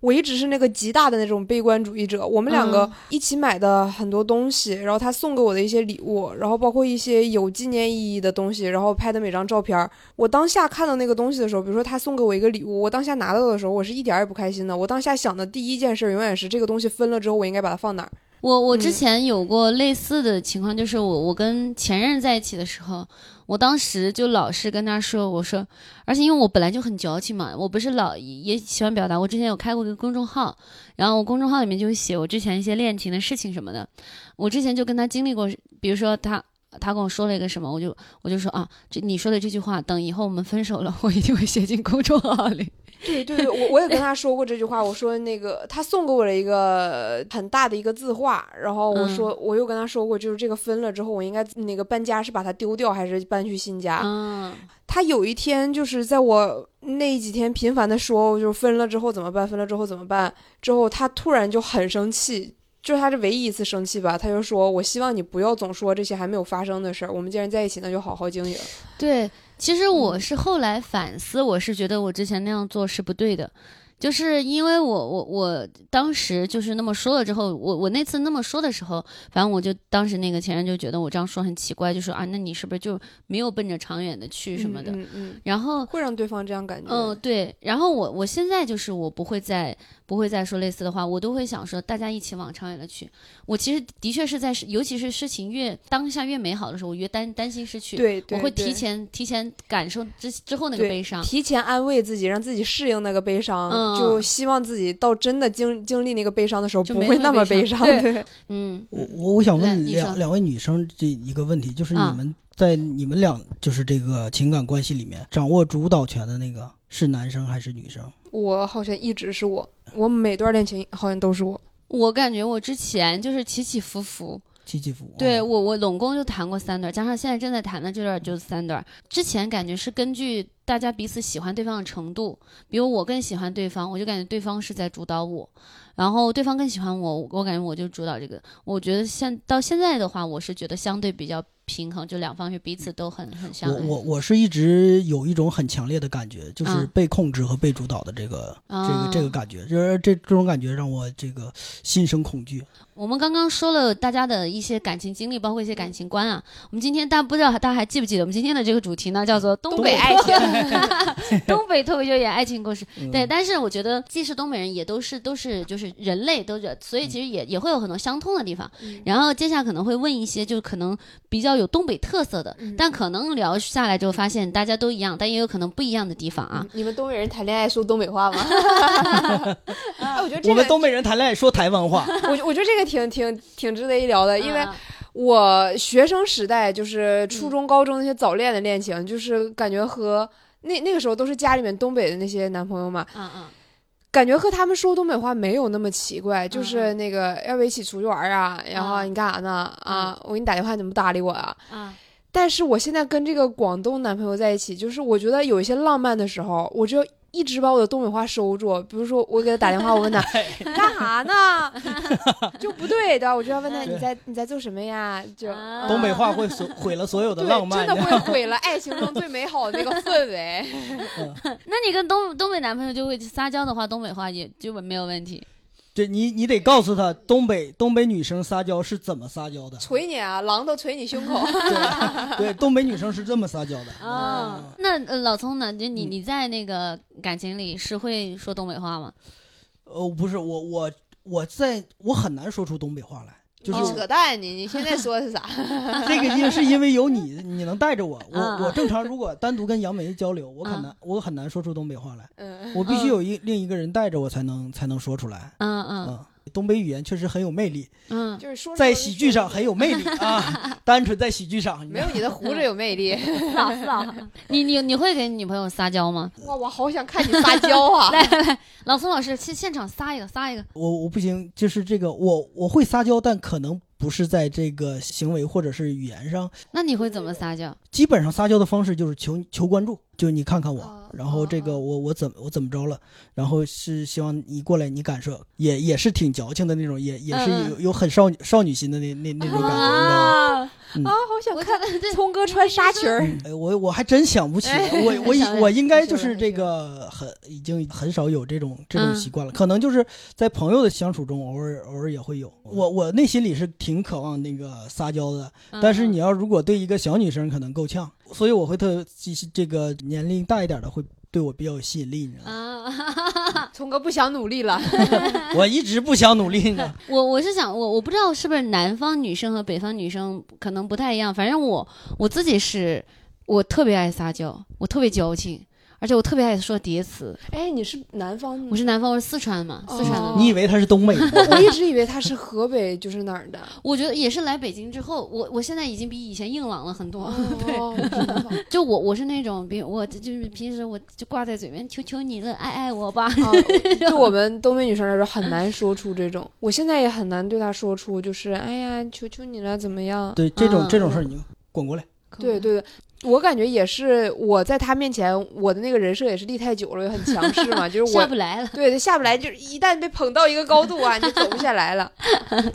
Speaker 3: 我一直是那个极大的那种悲观主义者。我们两个
Speaker 2: 嗯
Speaker 3: 一起买的很多东西，然后他送给我的一些礼物，然后包括一些有纪念意义的东西，然后拍的每张照片儿，我当下看到那个东西的时候，比如说他送给我一个礼物，我当下拿到的时候，我是一点儿也不开心的。我当下想的第一件事，永远是这个东西分了之后，我应该把它放哪儿。
Speaker 2: 我我之
Speaker 3: 嗯
Speaker 2: 前有过类似的情况，就是我我跟前任在一起的时候，我当时就老是跟他说，我说，而且因为我本来就很矫情嘛，我不是老也喜欢表达。我之前有开过一个公众号，然后我公众号里面就有写我之前一些恋情的事情什么的。我之前就跟他经历过，比如说他。他跟我说了一个什么，我就我就说啊，这你说的这句话，等以后我们分手了，我一定会写进公众号里。
Speaker 3: 对对对，我我也跟他说过这句话，我说那个他送给我了一个很大的一个字画，然后我
Speaker 2: 嗯
Speaker 3: 说、我又跟他说过，就是这个分了之后，我应该那个搬家是把它丢掉还是搬去新家？
Speaker 2: 嗯，
Speaker 3: 他有一天就是在我那几天频繁的说，就是分了之后怎么办？分了之后怎么办？之后他突然就很生气。就是他这唯一一次生气吧，他就说：“我希望你不要总说这些还没有发生的事儿。我们既然在一起，那就好好经营。
Speaker 2: 对，其实
Speaker 3: 嗯
Speaker 2: 我是后来反思，我是觉得我之前那样做是不对的，就是因为我我我当时就是那么说了之后，我我那次那么说的时候，反正我就当时那个前任就觉得我这样说很奇怪，就说啊，那你是不是就没有奔着长远的去什么的？
Speaker 3: 嗯嗯，
Speaker 2: 然后
Speaker 3: 嗯会让对方这样感觉。
Speaker 2: 嗯，对。然后我我现在就是我不会再不会再说类似的话，我都会想说大家一起往长远了去。我其实的确是在，尤其是事情越当下越美好的时候，我越担担心失去。
Speaker 3: 对，对
Speaker 2: 我会
Speaker 3: 对
Speaker 2: 提前提前感受之之后那个
Speaker 3: 对
Speaker 2: 悲伤。
Speaker 3: 提前安慰自己，让自己适应那个悲伤，
Speaker 2: 嗯
Speaker 3: 就希望自己到真的经经历那个悲伤的时候，
Speaker 2: 就
Speaker 3: 不
Speaker 2: 没
Speaker 3: 会
Speaker 2: 那
Speaker 3: 那
Speaker 2: 么
Speaker 3: 么
Speaker 2: 悲
Speaker 3: 伤。
Speaker 2: 伤
Speaker 3: 对，
Speaker 2: 嗯，
Speaker 4: 我我我想
Speaker 2: 来
Speaker 4: 问
Speaker 2: 你
Speaker 4: 两
Speaker 2: 说
Speaker 4: 两位女生这一个问题，就是你
Speaker 2: 啊
Speaker 4: 们在你们俩就是这个情感关系里面掌握主导权的那个是男生还是女生？
Speaker 3: 我好像一直是我，我每段恋情好像都是我。
Speaker 2: 我感觉我之前就是起起伏伏，
Speaker 4: 七七哦服务
Speaker 2: 对我我总共就谈过三段，加上现在正在谈的这段就是三段。之前感觉是根据大家彼此喜欢对方的程度，比如我更喜欢对方，我就感觉对方是在主导我，然后对方更喜欢我，我感觉我就主导这个。我觉得现到现在的话，我是觉得相对比较平衡，就两方是彼此都很很相
Speaker 4: 我
Speaker 2: 爱。
Speaker 4: 我我是一直有一种很强烈的感觉，就是
Speaker 2: 嗯
Speaker 4: 被控制和被主导的这个、这
Speaker 2: 啊
Speaker 4: 个这个感觉，就是这这种感觉让我这个心生恐惧。
Speaker 2: 我们刚刚说了大家的一些感情经历，包括一些感情观啊。我们今天大家不知道大家还记不记得，我们今天的这个主题呢叫做嗯东北爱情， 嗯东北脱口秀演爱情故事。
Speaker 4: 嗯
Speaker 2: 对，但是我觉得既是东北人，也都是都是就是人类都是，所以其实也也会有很多相通的地方。
Speaker 3: 嗯
Speaker 2: 然后接下来可能会问一些，就是可能比较有东北特色的，但可能聊下来之后发现大家都一样，但也有可能不一样的地方啊。
Speaker 5: 你们东北人谈恋爱说东北话吗？
Speaker 3: 哎，我觉得
Speaker 4: 我
Speaker 3: 这
Speaker 4: 们
Speaker 3: 个，
Speaker 4: 东北人谈恋爱说台湾话，
Speaker 3: 我我觉得这个挺挺挺值得一聊的，因为
Speaker 2: 啊
Speaker 3: 我学生时代就是
Speaker 2: 嗯
Speaker 3: 初中、高中那些早恋的恋情，就是感觉和那那个时候都是家里面东北的那些男朋友嘛，
Speaker 2: 啊啊，
Speaker 3: 感觉和他们说东北话没有那么奇怪，就
Speaker 2: 嗯
Speaker 3: 是那个要不要一起出去玩儿啊？然后
Speaker 2: 啊
Speaker 3: 你干啥呢？
Speaker 2: 嗯
Speaker 3: 啊，我给你打电话，你怎么不搭理我啊？
Speaker 2: 啊
Speaker 3: 但是我现在跟这个广东男朋友在一起，就是我觉得有一些浪漫的时候，我就一直把我的东北话收住。比如说，我给他打电话，我问他
Speaker 2: 哎
Speaker 3: 干啥 呢，就不对的，我就要问他
Speaker 4: 对
Speaker 3: 你在你在做什么呀？就
Speaker 2: 哎啊
Speaker 4: 东北话会所毁了所有的
Speaker 3: 嗯对，
Speaker 4: 浪漫。
Speaker 3: 真的会毁了爱情中最美好的那个氛围。
Speaker 2: 那你跟东东北男朋友就会撒娇的话，东北话也就没有问题。
Speaker 4: 对你，你得告诉他东北东北女生撒娇是怎么撒娇的。
Speaker 3: 捶你啊，榔头捶你胸口。
Speaker 4: 对对，东北女生是这么撒娇的。
Speaker 3: 嗯
Speaker 4: 嗯
Speaker 2: 啊，那呃老聪呢？就你你在那个感情里是会说东北话吗？
Speaker 4: 呃，不是我我我在我很难说出东北话来，就是
Speaker 3: 你扯淡，你你现在说的是啥？
Speaker 4: 这个因是因为有你，你能带着我。
Speaker 3: 嗯
Speaker 4: 我
Speaker 2: 啊啊
Speaker 4: 我正常如果单独跟杨梅交流，我很难我很难说出东北话来，
Speaker 3: 嗯，
Speaker 4: 我必须有一另一个人带着我才能才能说出来。
Speaker 2: 嗯嗯
Speaker 4: 嗯，东北语言确实很有魅力，
Speaker 2: 嗯，
Speaker 3: 就是说
Speaker 4: 在喜剧上很有魅 力啊，单纯在喜剧上，你
Speaker 3: 没有你的胡子有魅 力。
Speaker 2: 嫂嫂，嗯 你你你会给你女朋友撒娇吗？
Speaker 3: 哇，我好想看你撒娇 啊！
Speaker 2: 来来来，老聪老师现现场撒一个撒一个，
Speaker 4: 我我不行，就是这个我我会撒娇，但可能不是在这个行为或者是语言上，
Speaker 2: 那你会怎么撒娇？
Speaker 4: 基本上撒娇的方式就是求求关注，就你看看我
Speaker 3: 哦，
Speaker 4: 然后这个我我怎么我怎么着了，然后是希望你过来你感受，也也是挺矫情的那种，也也是
Speaker 2: 嗯嗯
Speaker 4: 有有很少女少女心的那那那种感觉，你知道吗？
Speaker 2: 啊，
Speaker 3: 啊，好想
Speaker 2: 我
Speaker 3: 看
Speaker 2: 看这
Speaker 3: 聪哥穿纱裙儿。
Speaker 4: 哎，我我还真想不起来，我
Speaker 2: 哎想
Speaker 4: 我
Speaker 2: 不
Speaker 4: 以
Speaker 2: 起
Speaker 4: 我
Speaker 2: 来
Speaker 4: 应该
Speaker 3: 很
Speaker 4: 就
Speaker 3: 久
Speaker 4: 是
Speaker 3: 很
Speaker 4: 这
Speaker 3: 久
Speaker 4: 个很已经很少有这种这种
Speaker 2: 嗯
Speaker 4: 习惯了，可能就是在朋友的相处中偶尔偶尔也会有。我我内心里是挺渴望那个撒娇的，
Speaker 2: 嗯
Speaker 4: 但是你要如果对一个小女生可能够呛，所以我会特这这个年龄大一点的会对我比较有吸引力，你知 道吗？
Speaker 2: 啊，
Speaker 4: 嗯
Speaker 3: 聪哥不想努 力了，
Speaker 4: 我一直不想努力呢，
Speaker 2: 我我是想，我我不知道是不是南方女生和北方女生可能不太一样，反正我我自己是，我特别爱撒娇，我特别矫情，而且我特别爱说叠词。
Speaker 3: 哎，你是南方的吗
Speaker 2: 我是南方，我是四川嘛，四川的。
Speaker 3: 哦
Speaker 4: 你以为她是东北 的？
Speaker 3: 我一直以为他是河北，就是哪儿的？
Speaker 2: 我觉得也是来北京之后，我我现在已经比以前硬朗了很多。 对，
Speaker 3: 哦，我是南方
Speaker 2: 就我我是那种，比我就是平时我就挂在嘴边，求求你了，爱爱我 吧。
Speaker 3: 啊，对我们东北女生来说很难说出这种，我现在也很难对她说出，就是哎呀，求求你了，怎么样？
Speaker 4: 对，这种
Speaker 2: 嗯
Speaker 4: 这种事儿你就滚过来。
Speaker 3: 对对对，我感觉也是，我在她面前，我的那个人设也是立太久了，也很强势嘛，就是
Speaker 2: 下
Speaker 3: 我
Speaker 2: 不来了。
Speaker 3: 对，下不来，就是一旦被捧到一个高度啊，你就走不下来了。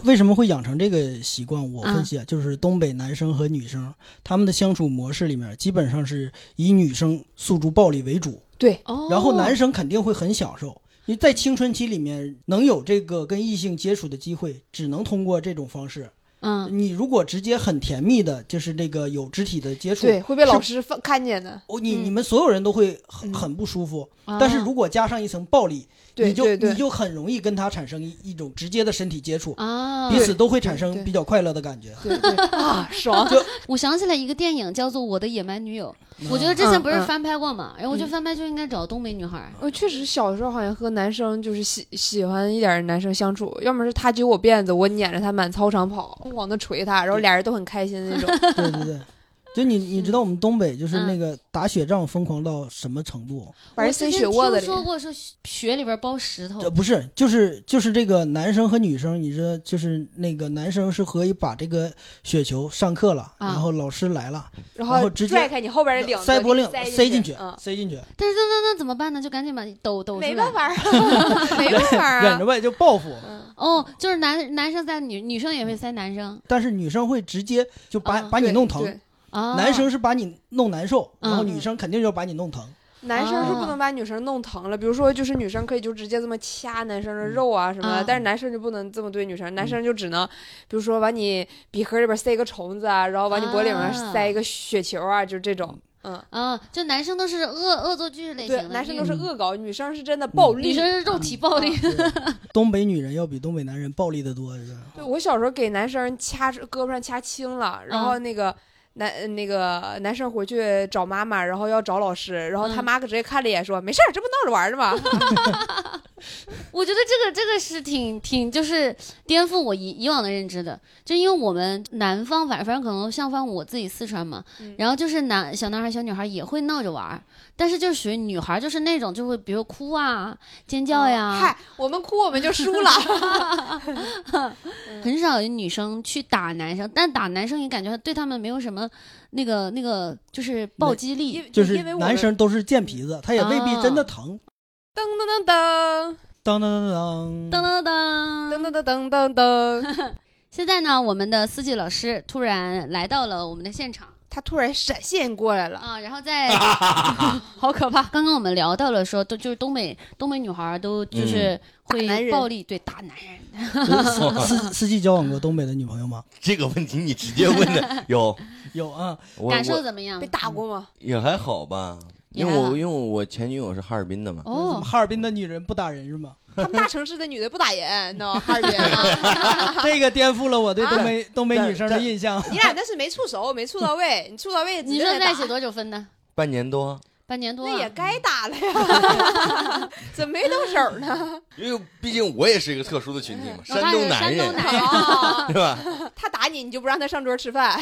Speaker 4: 为什么会养成这个习惯？我分
Speaker 2: 嗯
Speaker 4: 析啊，就是东北男生和女生他们的相处模式里面，基本上是以女生诉诸暴力为主，
Speaker 3: 对，
Speaker 2: 哦，
Speaker 4: 然后男生肯定会很享受。因为在青春期里面，能有这个跟异性接触的机会，只能通过这种方式。
Speaker 2: 嗯，
Speaker 4: 你如果直接很甜蜜的，就是这个有肢体的接触，
Speaker 3: 对，会被老
Speaker 4: 是
Speaker 3: 师放看见的。
Speaker 4: 哦，你
Speaker 3: 嗯
Speaker 4: 你们所有人都会很
Speaker 3: 嗯
Speaker 4: 很不舒服。
Speaker 2: 啊
Speaker 4: 但是如果加上一层暴力，
Speaker 3: 对
Speaker 4: 你就
Speaker 3: 对对
Speaker 4: 你就很容易跟他产生一一种直接的身体接触，
Speaker 2: 啊，
Speaker 4: 彼此都会
Speaker 3: 对
Speaker 4: 产生
Speaker 3: 对
Speaker 4: 比较快乐 的感觉。
Speaker 3: 对 对啊，爽！
Speaker 2: 我想起来一个电影叫做《我的野蛮女友》，
Speaker 4: 嗯
Speaker 2: 我觉得之前不是翻拍过嘛，然后我觉得翻拍就应该找东北女孩儿。
Speaker 3: 我确实小时候好像和男生就是喜喜欢一点儿男生相处，要么是他揪我辫子，我撵着他满操场跑，疯狂的捶他，然后俩人都很开心 那种。
Speaker 4: 嗯对对对，就你你知道我们东北就是
Speaker 2: 嗯
Speaker 4: 那个打雪仗疯狂到什么程度？
Speaker 3: 玩
Speaker 2: 我
Speaker 3: 塞
Speaker 2: 之
Speaker 3: 雪
Speaker 2: 前
Speaker 3: 窝子
Speaker 2: 听
Speaker 3: 里，
Speaker 2: 说过说雪里边包石头
Speaker 4: 这，不是，就是就是这个男生和女生，你知道，就是那个男生是可以把这个雪球上课了，
Speaker 2: 啊
Speaker 4: 然后老师来了，
Speaker 3: 然
Speaker 4: 然后
Speaker 3: 后
Speaker 4: 直接
Speaker 3: 拽开你后边的领子，
Speaker 4: 塞脖
Speaker 3: 给
Speaker 4: 领
Speaker 3: 你塞
Speaker 4: 塞
Speaker 3: 进
Speaker 4: 进去
Speaker 3: 嗯，
Speaker 4: 塞进去，
Speaker 2: 但是那那那怎么办呢？就赶紧把抖抖出
Speaker 3: 没办
Speaker 2: 来。
Speaker 3: 法 啊，没办法
Speaker 4: 忍
Speaker 3: 啊
Speaker 4: 着。呗，就报复。
Speaker 3: 嗯
Speaker 2: 哦，就是男男生在女女生也会塞男生
Speaker 4: 但是女生会直接就把
Speaker 2: 啊
Speaker 4: 把你
Speaker 3: 嗯对
Speaker 4: 弄疼，
Speaker 3: 对嗯
Speaker 2: 啊，
Speaker 4: 男生是把你弄难受，然后
Speaker 2: 嗯
Speaker 4: 女生肯定要把你弄 疼。
Speaker 3: 男生是
Speaker 2: 啊
Speaker 3: 不能把女生弄疼了，比如说就是女生可以就直接这么掐男生的肉啊什么
Speaker 2: 啊
Speaker 3: 的，但是男生就不能这么对女生，男
Speaker 2: 嗯
Speaker 3: 生就只能比如说往你鼻壳里边塞一个虫子啊，然后往你脖领上
Speaker 2: 啊
Speaker 3: 塞一个雪球啊，就这种。嗯，
Speaker 2: 啊，就男生都是恶恶作剧类型
Speaker 3: 对
Speaker 2: 的，，嗯
Speaker 3: 男生
Speaker 2: 女
Speaker 3: 都是嗯恶搞，女生是真的暴
Speaker 2: 嗯女
Speaker 3: 力。
Speaker 2: 生是肉体暴力。
Speaker 4: 东北女人要比东北男人暴力的多，是吧
Speaker 3: 对我小时候给男生掐胳膊上掐青了，然
Speaker 2: 嗯
Speaker 3: 后那个。男那个男生回去找妈妈，然后要找老师，然后他
Speaker 2: 嗯
Speaker 3: 妈可直接看了一眼说：“没事儿，这不闹着玩儿的吗
Speaker 2: 我觉得这个这个是挺挺就是颠覆我以以往的认知的，就因为我们南方反反正可能像放我自己四川嘛，
Speaker 3: 嗯
Speaker 2: 然后就是男小男孩小女孩也会闹着玩儿，但是就是属于女孩就是那种就会比如哭啊尖？” 叫呀，
Speaker 3: 哦嗨，我们哭我们就输了。
Speaker 2: 很少有女生去打男生，但打男生也感觉对他们没有什么那个那个就是暴击力。
Speaker 3: 因
Speaker 4: 就是
Speaker 3: 因为我们嗯
Speaker 4: 男生都是贱皮子，他也未必真的疼。
Speaker 3: 噔噔噔
Speaker 4: 当当当
Speaker 2: 噔
Speaker 4: 当，
Speaker 2: 噔噔
Speaker 3: 噔噔噔噔噔噔噔，
Speaker 2: 现在呢，我们的司机老师突然来到了我们的现场，
Speaker 3: 他突然闪现过来了，
Speaker 2: 啊，然后再 好可怕。刚刚我们聊到了说，都就是东北东北女孩儿都就是
Speaker 3: 打男
Speaker 2: 会
Speaker 3: 人
Speaker 2: 暴力对打男人，
Speaker 4: 司司机交往过东北的女朋友吗？
Speaker 6: 这个问题你直接问 的有
Speaker 4: 有啊，
Speaker 6: 我
Speaker 2: 感受
Speaker 6: 我
Speaker 2: 怎么样
Speaker 3: 被？打过吗？
Speaker 6: 也还好吧，
Speaker 2: 也
Speaker 6: 因
Speaker 2: 还
Speaker 6: 为
Speaker 2: 好
Speaker 6: 我因为我前女友是哈尔滨的嘛，
Speaker 2: 哦，
Speaker 4: 哈尔滨的女人不打人是吗？
Speaker 3: 他们大城市的女的不打人，你知道 吗？哈尔滨啊，
Speaker 4: 这个颠覆了我对东北东北女生的印象。
Speaker 3: 你俩那是没处熟，没处到位，你处到位，
Speaker 2: 你
Speaker 3: 直接
Speaker 2: 说
Speaker 3: 被
Speaker 2: 在
Speaker 3: 打
Speaker 2: 一起多久分的？
Speaker 6: 半年多，
Speaker 2: 半年多啊、
Speaker 3: 那也该打了 呀，怎么没动手呢？
Speaker 6: 因为毕竟我也是一个特殊的群体嘛，
Speaker 2: 然后他哦是
Speaker 6: 东男
Speaker 2: 山东男
Speaker 6: 人
Speaker 2: 人
Speaker 3: 啊，
Speaker 6: 是吧？
Speaker 3: 他打你，你就不让他上桌吃饭？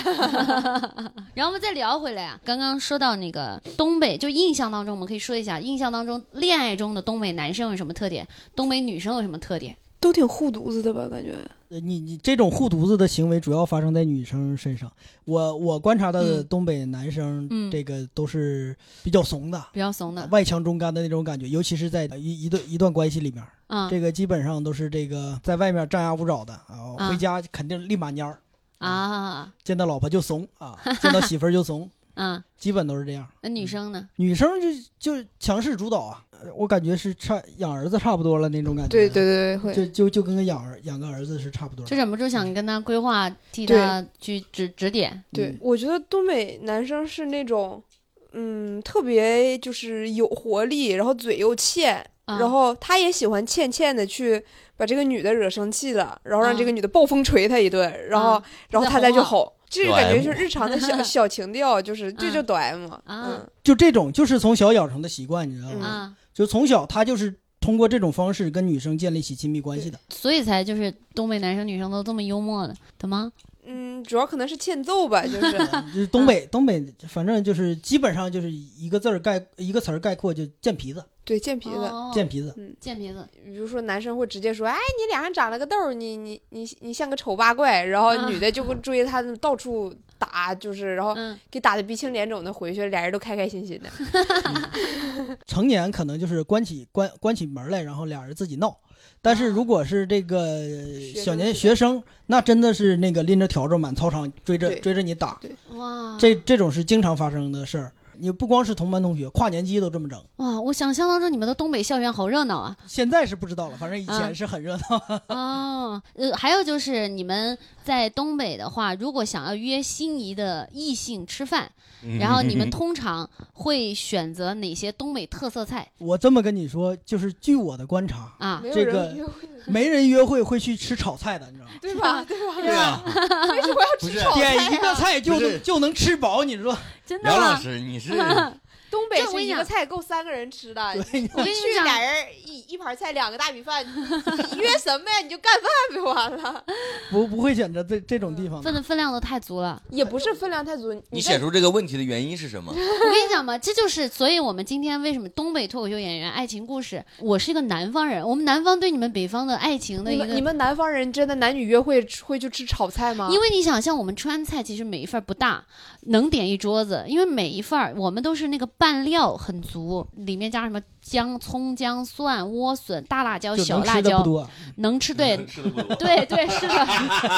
Speaker 2: 然后我们再聊回来啊，刚刚说到那个东北，就印象当中，我们可以说一下，印象当中恋爱中的东北男生有什么特点，东北女生有什么特点？
Speaker 3: 都挺护犊子的吧？感觉
Speaker 4: 呃你你这种护犊子的行为主要发生在女生身上。我我观察到的
Speaker 2: 嗯
Speaker 4: 东北男生，
Speaker 2: 嗯
Speaker 4: 这个都是比较怂的。
Speaker 2: 比较怂的
Speaker 4: 外强中干的那种感觉，尤其是在一一段一段关系里面，
Speaker 2: 啊
Speaker 4: 这个基本上都是这个在外面张牙舞爪的啊，
Speaker 2: 啊
Speaker 4: 回家肯定立马蔫儿，
Speaker 2: 啊
Speaker 4: 见到老婆就怂 啊，见到媳妇儿就怂，
Speaker 2: 啊！
Speaker 4: 基本都是这样。
Speaker 2: 那女生呢？
Speaker 4: 女生就就强势主导啊，呃我感觉是差养儿子差不多了那种感觉。
Speaker 3: 对对对，会
Speaker 4: 就就就跟个养儿养个儿子是差不多的。
Speaker 2: 就忍不住
Speaker 3: 嗯
Speaker 2: 想跟他规划，替他去指指点。
Speaker 4: 嗯
Speaker 3: 对，我觉得东北男生是那种，嗯，特别就是有活力，然后嘴又欠，
Speaker 2: 啊、
Speaker 3: 然后他也喜欢欠欠的去把这个女的惹生气了，然后让
Speaker 2: 啊
Speaker 3: 这个女的暴风锤他一顿，然后、
Speaker 2: 啊
Speaker 3: 然后他再去吼，这
Speaker 6: 小
Speaker 3: 个感觉
Speaker 6: M
Speaker 3: 是日常的小小情调，就是这就
Speaker 2: 啊
Speaker 3: 抖 M
Speaker 2: 啊
Speaker 3: 嗯，
Speaker 4: 就这种，就是从小养成的习惯，你知道吗？
Speaker 2: 啊，
Speaker 4: 就从小他就是通过这种方式跟女生建立起亲密关系的。
Speaker 2: 所以才就是东北男生女生都这么幽默的，懂吗？
Speaker 3: 嗯，主要可能是欠揍吧，就是
Speaker 4: 就是东北，东北，反正就是基本上就是一个字儿概一个词儿概括，就贱皮子，
Speaker 3: 对贱皮子。
Speaker 2: 哦
Speaker 4: 贱皮子。
Speaker 2: 贱皮子，
Speaker 3: 比如说男生会直接说：“哎，你脸上长了个痘儿，你你你你像个丑八怪。”然后
Speaker 2: 啊
Speaker 3: 女的就会追他到处打，就是然后
Speaker 2: 嗯
Speaker 3: 给打的鼻青脸肿的回去，俩人都开开心心的。
Speaker 4: 成年可能就是关起关关起门来，然后俩人自己闹。但是如果是这个
Speaker 3: 生
Speaker 4: 小年
Speaker 3: 是吧
Speaker 4: 学生，那真的是那个拎着笤帚满操场追着
Speaker 3: 对
Speaker 4: 追着你打，
Speaker 2: 哇，
Speaker 4: 这这种是经常发生的事儿。你不光是同班同学，跨年级都这么整。
Speaker 2: 哇，我想象当中你们的东北校园好热 闹啊！
Speaker 4: 现在是不知道了，反正以
Speaker 2: 啊
Speaker 4: 前是很热闹。
Speaker 2: 哦，呃，还有就是你们在东北的话，如果想要约心仪的异性吃饭，
Speaker 3: 嗯
Speaker 2: 然后
Speaker 6: 嗯
Speaker 2: 你们通常会选择哪些东北特色菜
Speaker 4: 我这么跟你说，就是据我的 观察，
Speaker 2: 啊？
Speaker 3: 没有
Speaker 4: 这
Speaker 3: 人
Speaker 4: 个
Speaker 3: 约会了
Speaker 4: 没人约会会去吃炒菜的，你知道吗？
Speaker 3: 对吧？对吧？
Speaker 6: 对啊，
Speaker 3: 为什么 要
Speaker 6: 不
Speaker 3: 吃
Speaker 6: 是
Speaker 3: 炒菜、啊？
Speaker 4: 点一个菜就
Speaker 6: 不是
Speaker 4: 能就能吃饱，你说？
Speaker 2: 真的
Speaker 6: 梁老
Speaker 2: 吗？
Speaker 6: 师 你是
Speaker 3: 东北
Speaker 2: 这我
Speaker 3: 是
Speaker 2: 跟
Speaker 3: 一
Speaker 2: 你
Speaker 3: 个
Speaker 2: 讲
Speaker 3: 菜够三个人吃的，你
Speaker 4: 对，
Speaker 2: 我跟你
Speaker 3: 去
Speaker 2: 讲，
Speaker 3: 俩人一一盘菜两个大米饭，你约什么呀？你就干饭不就完了？
Speaker 4: 不不会选择这这种地方的。
Speaker 2: 分分量都太足了。
Speaker 3: 也不是分量太足，
Speaker 6: 你
Speaker 3: 在
Speaker 6: 写出这个问题的原因是什么？，
Speaker 2: 我跟你讲吧，这就是，所以我们今天为什么东北脱口秀演员爱情故事，我是一个南方人，我们南方对你们北方的爱情的
Speaker 3: 你
Speaker 2: 一
Speaker 3: 们
Speaker 2: 个
Speaker 3: 你。们南方人真的男女约会会去吃炒菜吗？
Speaker 2: 因为你想，像我们川菜其实每一份儿不大，能点一桌子，因为每一份儿我们都是那个拌料很足，里面加什么姜、葱、姜、蒜、莴笋、大辣椒、
Speaker 4: 就
Speaker 2: 小
Speaker 4: 能
Speaker 2: 辣
Speaker 4: 吃的不
Speaker 2: 椒，
Speaker 4: 多，嗯
Speaker 2: 能吃对
Speaker 6: 吃的不多。
Speaker 2: 对对是的。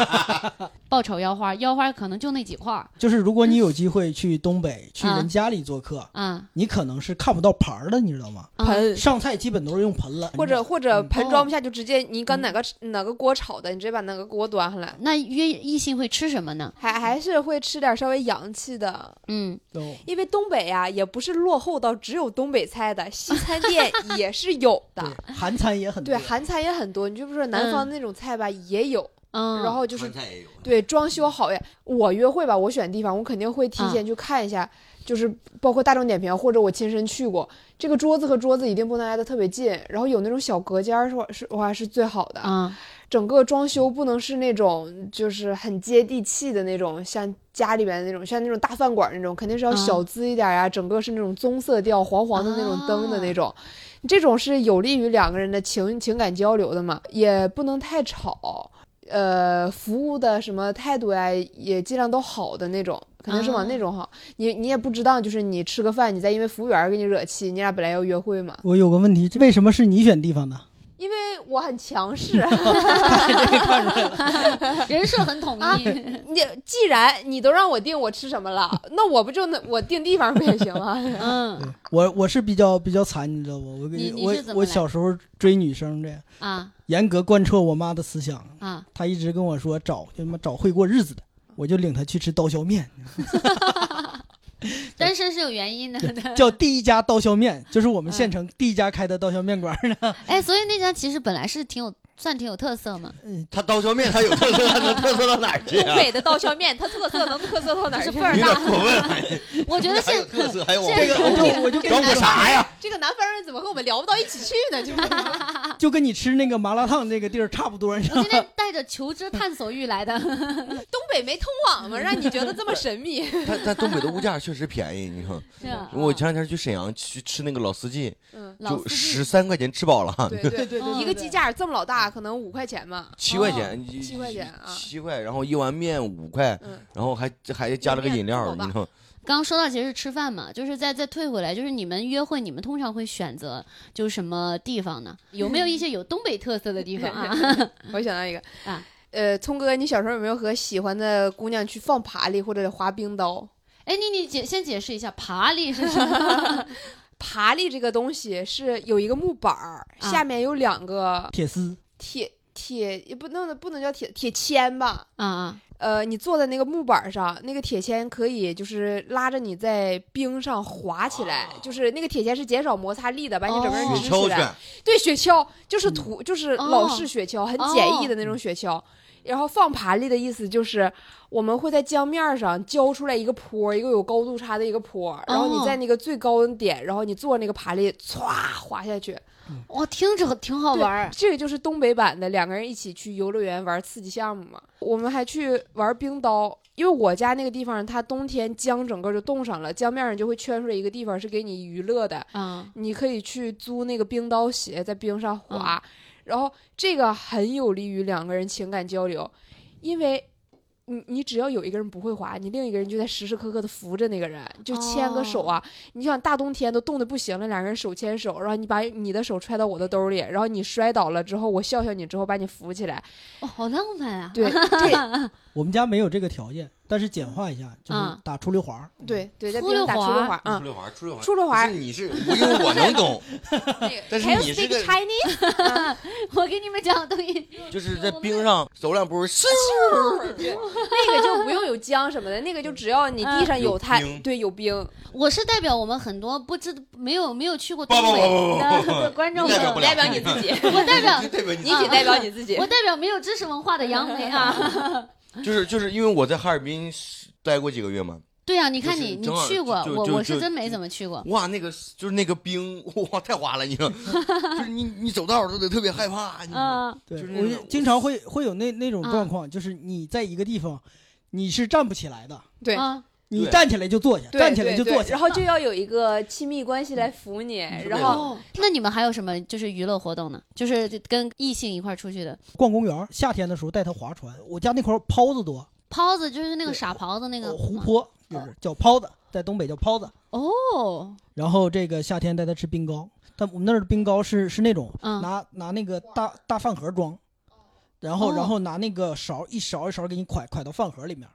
Speaker 2: 爆炒腰花，腰花可能就那几块儿
Speaker 4: 就是如果你有机会去东北去
Speaker 2: 啊
Speaker 4: 人家里做客，
Speaker 2: 啊，
Speaker 4: 你可能是看不到盘儿的，你知道吗？
Speaker 2: 啊
Speaker 3: 盆
Speaker 4: 上菜基本都是用盆了，
Speaker 3: 或者或者
Speaker 4: 嗯
Speaker 3: 盆装不下，就直接你搁哪个哪个锅炒的，你直接把哪个锅端上来。
Speaker 2: 那约异性会吃什么呢？
Speaker 3: 还还是会吃点稍微洋气的，
Speaker 2: 嗯，
Speaker 4: 都
Speaker 3: 因为东北啊也不是落后到只有东北菜的，西餐店 也是有的。
Speaker 4: 对韩餐也很
Speaker 3: 啊对，
Speaker 4: 多。
Speaker 3: 韩餐也很多，你就不说南方那种菜吧，也有。
Speaker 2: 嗯
Speaker 3: 然后就是
Speaker 6: 川菜也有，啊
Speaker 3: 对装修好呀，我约会吧，我选地方，我肯定会提
Speaker 2: 嗯
Speaker 3: 前去看一下，就是包括大众点评或者我亲身去过，这个桌子和桌子一定不能挨得特别近，然后有那种小隔间儿是是哇是最好的。
Speaker 2: 啊
Speaker 3: 整个装修不能是那种就是很接地气的那种，像家里面的那种，像那种大饭馆那种，肯定是要
Speaker 2: 嗯
Speaker 3: 小资一点呀、整个是那种棕色调、黄黄的那种灯的那种，这种是有利于两个人的情情感交流的嘛，也不能太吵。呃，服务的什么态度呀，也尽量都好的那种，肯定是往那种好。你你也不值当，就是你吃个饭，你再因为服务员给你惹气，你俩本来要约会嘛，
Speaker 4: 我有个问题，这为什么是你选地方的？
Speaker 3: 因为我很强势。
Speaker 2: 人设很统
Speaker 3: 啊
Speaker 2: 一。
Speaker 3: 你既然你都让我定我吃什么了，那我不就能我定地方不也行 吗？
Speaker 2: 嗯
Speaker 4: 我我是比较比较惨，你知道不？我跟
Speaker 2: 你你是怎
Speaker 4: 我
Speaker 2: 么
Speaker 4: 我
Speaker 2: 来
Speaker 4: 小时候追女生的，
Speaker 2: 啊
Speaker 4: 严格贯彻我妈的思想，
Speaker 2: 啊，
Speaker 4: 她一直跟我说找就他妈找会过日子的，
Speaker 3: 啊
Speaker 4: 我就领她去吃刀削 面，
Speaker 2: 单身是有原因 的。
Speaker 4: 叫第一家刀削面，就是我们县
Speaker 3: 嗯
Speaker 4: 城第一家开的刀削面馆儿呢。
Speaker 2: 哎，所以那家其实本来是挺有，算挺有特色嘛，
Speaker 6: 他刀削面，他有特色，他能特色到哪儿去
Speaker 3: 东
Speaker 6: 啊？
Speaker 3: 北的刀削面，它特色能特色哦到哪儿
Speaker 2: 是
Speaker 3: 去
Speaker 2: 份？儿
Speaker 6: 有点
Speaker 2: 大。
Speaker 6: 过分了，
Speaker 2: 我觉得
Speaker 6: 还有
Speaker 2: 现
Speaker 6: 特色，还有我
Speaker 2: 这个
Speaker 4: 我就我就
Speaker 6: 找我啥呀？
Speaker 3: 这个南方人怎么和我们聊不到一起去呢？就是 啊
Speaker 4: 就跟你吃那个麻辣烫那个地儿差不多，你知
Speaker 2: 我
Speaker 4: 道
Speaker 2: 今天带着求知探索欲来 的，
Speaker 3: 东北没通网吗？让你觉得这么神秘？
Speaker 6: 但但东北的物价确实便宜，你看，
Speaker 2: 是啊
Speaker 6: 我前两天去沈阳去吃那个老司机，
Speaker 3: 嗯，
Speaker 2: 老
Speaker 6: 就
Speaker 2: 司
Speaker 6: 十
Speaker 2: 机
Speaker 6: 三块钱吃饱了，
Speaker 3: 对对
Speaker 4: 对
Speaker 2: 对对
Speaker 3: 一个鸡架这么老大，可能五块钱嘛。
Speaker 6: 七块钱，你
Speaker 3: 七块钱啊
Speaker 6: 七块，然后一碗面五块
Speaker 3: 嗯，
Speaker 6: 然后还还加了个饮料，
Speaker 3: 面
Speaker 6: 你看，
Speaker 2: 刚刚说到其实是吃饭嘛，就是再再退回来，就是你们约会，你们通常会选择就是什么地方呢？有没有一些有东北特色的地方啊？
Speaker 3: 我想到一个
Speaker 2: 啊，
Speaker 3: 呃，聪哥，你小时候有没有和喜欢的姑娘去放爬犁或者滑冰刀？
Speaker 2: 哎，你你解先解释一下爬犁是什 么？
Speaker 3: 爬犁这个东西是有一个木板儿，
Speaker 2: 啊
Speaker 3: 下面有两个
Speaker 4: 铁丝
Speaker 3: 铁铁，也不能不能叫铁铁签吧？
Speaker 2: 啊啊
Speaker 3: 呃，你坐在那个木板上，那个铁签可以就是拉着你在冰上滑起来，就是那个铁签是减少摩擦力的，把你整个人
Speaker 2: 哦
Speaker 3: 支起来。对，雪橇就是土，就是老式雪橇，很简易的那种雪橇。然后放爬犁的意思就是，我们会在江面上浇出来一个坡，一个有高度差的一个坡，然后你在那个最高的点，然后你坐那个爬犁，歘滑下去。
Speaker 2: 哇，听着挺好玩儿。
Speaker 3: 这个就是东北版的两个人一起去游乐园玩刺激项目嘛。我们还去玩冰刀，因为我家那个地方，它冬天江整个就冻上了，江面上就会圈出来一个地方是给你娱乐的，
Speaker 2: 啊，
Speaker 3: 你可以去租那个冰刀鞋，在冰上滑，然后这个很有利于两个人情感交流，因为你你只要有一个人不会滑，你另一个人就在时时刻刻的扶着那个人，就牵个手啊。你想大冬天都冻得不行了，两个人手牵手，然后你把你的手揣到我的兜里，然后你摔倒了之后，我笑笑你之后把你扶起来。
Speaker 2: 哇，好浪漫啊！
Speaker 3: 对，这
Speaker 4: 我们家没有这个条件，但是简化一下，就是
Speaker 2: 啊
Speaker 4: 打出溜滑儿。
Speaker 3: 嗯对对，在
Speaker 2: 出
Speaker 3: 冰上打
Speaker 2: 溜
Speaker 3: 出
Speaker 2: 滑
Speaker 3: 溜滑啊
Speaker 6: 出，溜滑，出溜滑，
Speaker 3: 出溜滑
Speaker 6: 不是你是，我因为我能懂，但是
Speaker 3: Can you
Speaker 6: 你是
Speaker 3: speak
Speaker 6: 个
Speaker 3: Chinese？
Speaker 2: 我给你们讲的东西，
Speaker 6: 就是在冰上走两步，咻，
Speaker 3: 那个就不用有浆什么的，那个就只要你地上有它
Speaker 6: 有，冰
Speaker 3: 对，有冰。
Speaker 2: 我是代表我们很多不知没有没有去过
Speaker 6: 不
Speaker 2: 东
Speaker 6: 不
Speaker 2: 北
Speaker 6: 不不不
Speaker 2: 的观众
Speaker 6: 你代表不
Speaker 2: 们，
Speaker 3: 代
Speaker 6: 了
Speaker 3: 表你自己，
Speaker 2: 我代表
Speaker 6: 对吧？你
Speaker 3: 你
Speaker 4: 嗯
Speaker 3: 只代表你自己
Speaker 2: 我。代表没有知识文化的杨梅啊。
Speaker 6: 就是就是因为我在哈尔滨待过几个月嘛，
Speaker 2: 对啊，你看
Speaker 6: 就是
Speaker 2: 你你
Speaker 6: 正好
Speaker 2: 去
Speaker 6: 就
Speaker 2: 过，
Speaker 6: 就
Speaker 2: 我
Speaker 6: 就
Speaker 2: 我是
Speaker 6: 就
Speaker 2: 真没怎么去过。
Speaker 6: 哇，那个就是那个冰，哇，太滑了，你知道，就是你你走道儿都得特别害怕，你知道。
Speaker 2: 嗯，
Speaker 4: 对，
Speaker 6: 就是那
Speaker 4: 我
Speaker 6: 种
Speaker 4: 就经常会会有那那种
Speaker 3: 嗯
Speaker 2: 啊
Speaker 4: 状况，就是你在一个地方，你是站不起来的，
Speaker 3: 对
Speaker 2: 啊，
Speaker 4: 你
Speaker 6: 对
Speaker 4: 站起来就坐下，
Speaker 3: 对
Speaker 4: 站起来
Speaker 3: 对
Speaker 4: 就
Speaker 3: 对
Speaker 4: 坐下
Speaker 3: 然。后就要有一个亲密关系来扶你，
Speaker 6: 嗯
Speaker 3: 然后
Speaker 2: 哦，那你们还有什么就是娱乐活动呢？就是跟异性一块儿出去的
Speaker 4: 逛公园儿，夏天的时候带他划船。我家那块儿泡子多，
Speaker 2: 抛子，就是那个
Speaker 4: 对
Speaker 2: 傻狍子那个
Speaker 4: 呃湖
Speaker 3: 嗯
Speaker 2: 吗
Speaker 4: 泊就是叫泡子，在东北叫泡子。
Speaker 2: 哦，
Speaker 4: 然后这个夏天带他吃冰糕，但我们那儿的冰糕是是那种
Speaker 2: 嗯
Speaker 4: 拿拿那个大大饭盒装，然后
Speaker 2: 哦
Speaker 4: 然后拿那个勺一勺一勺给你蒯蒯到饭盒里面，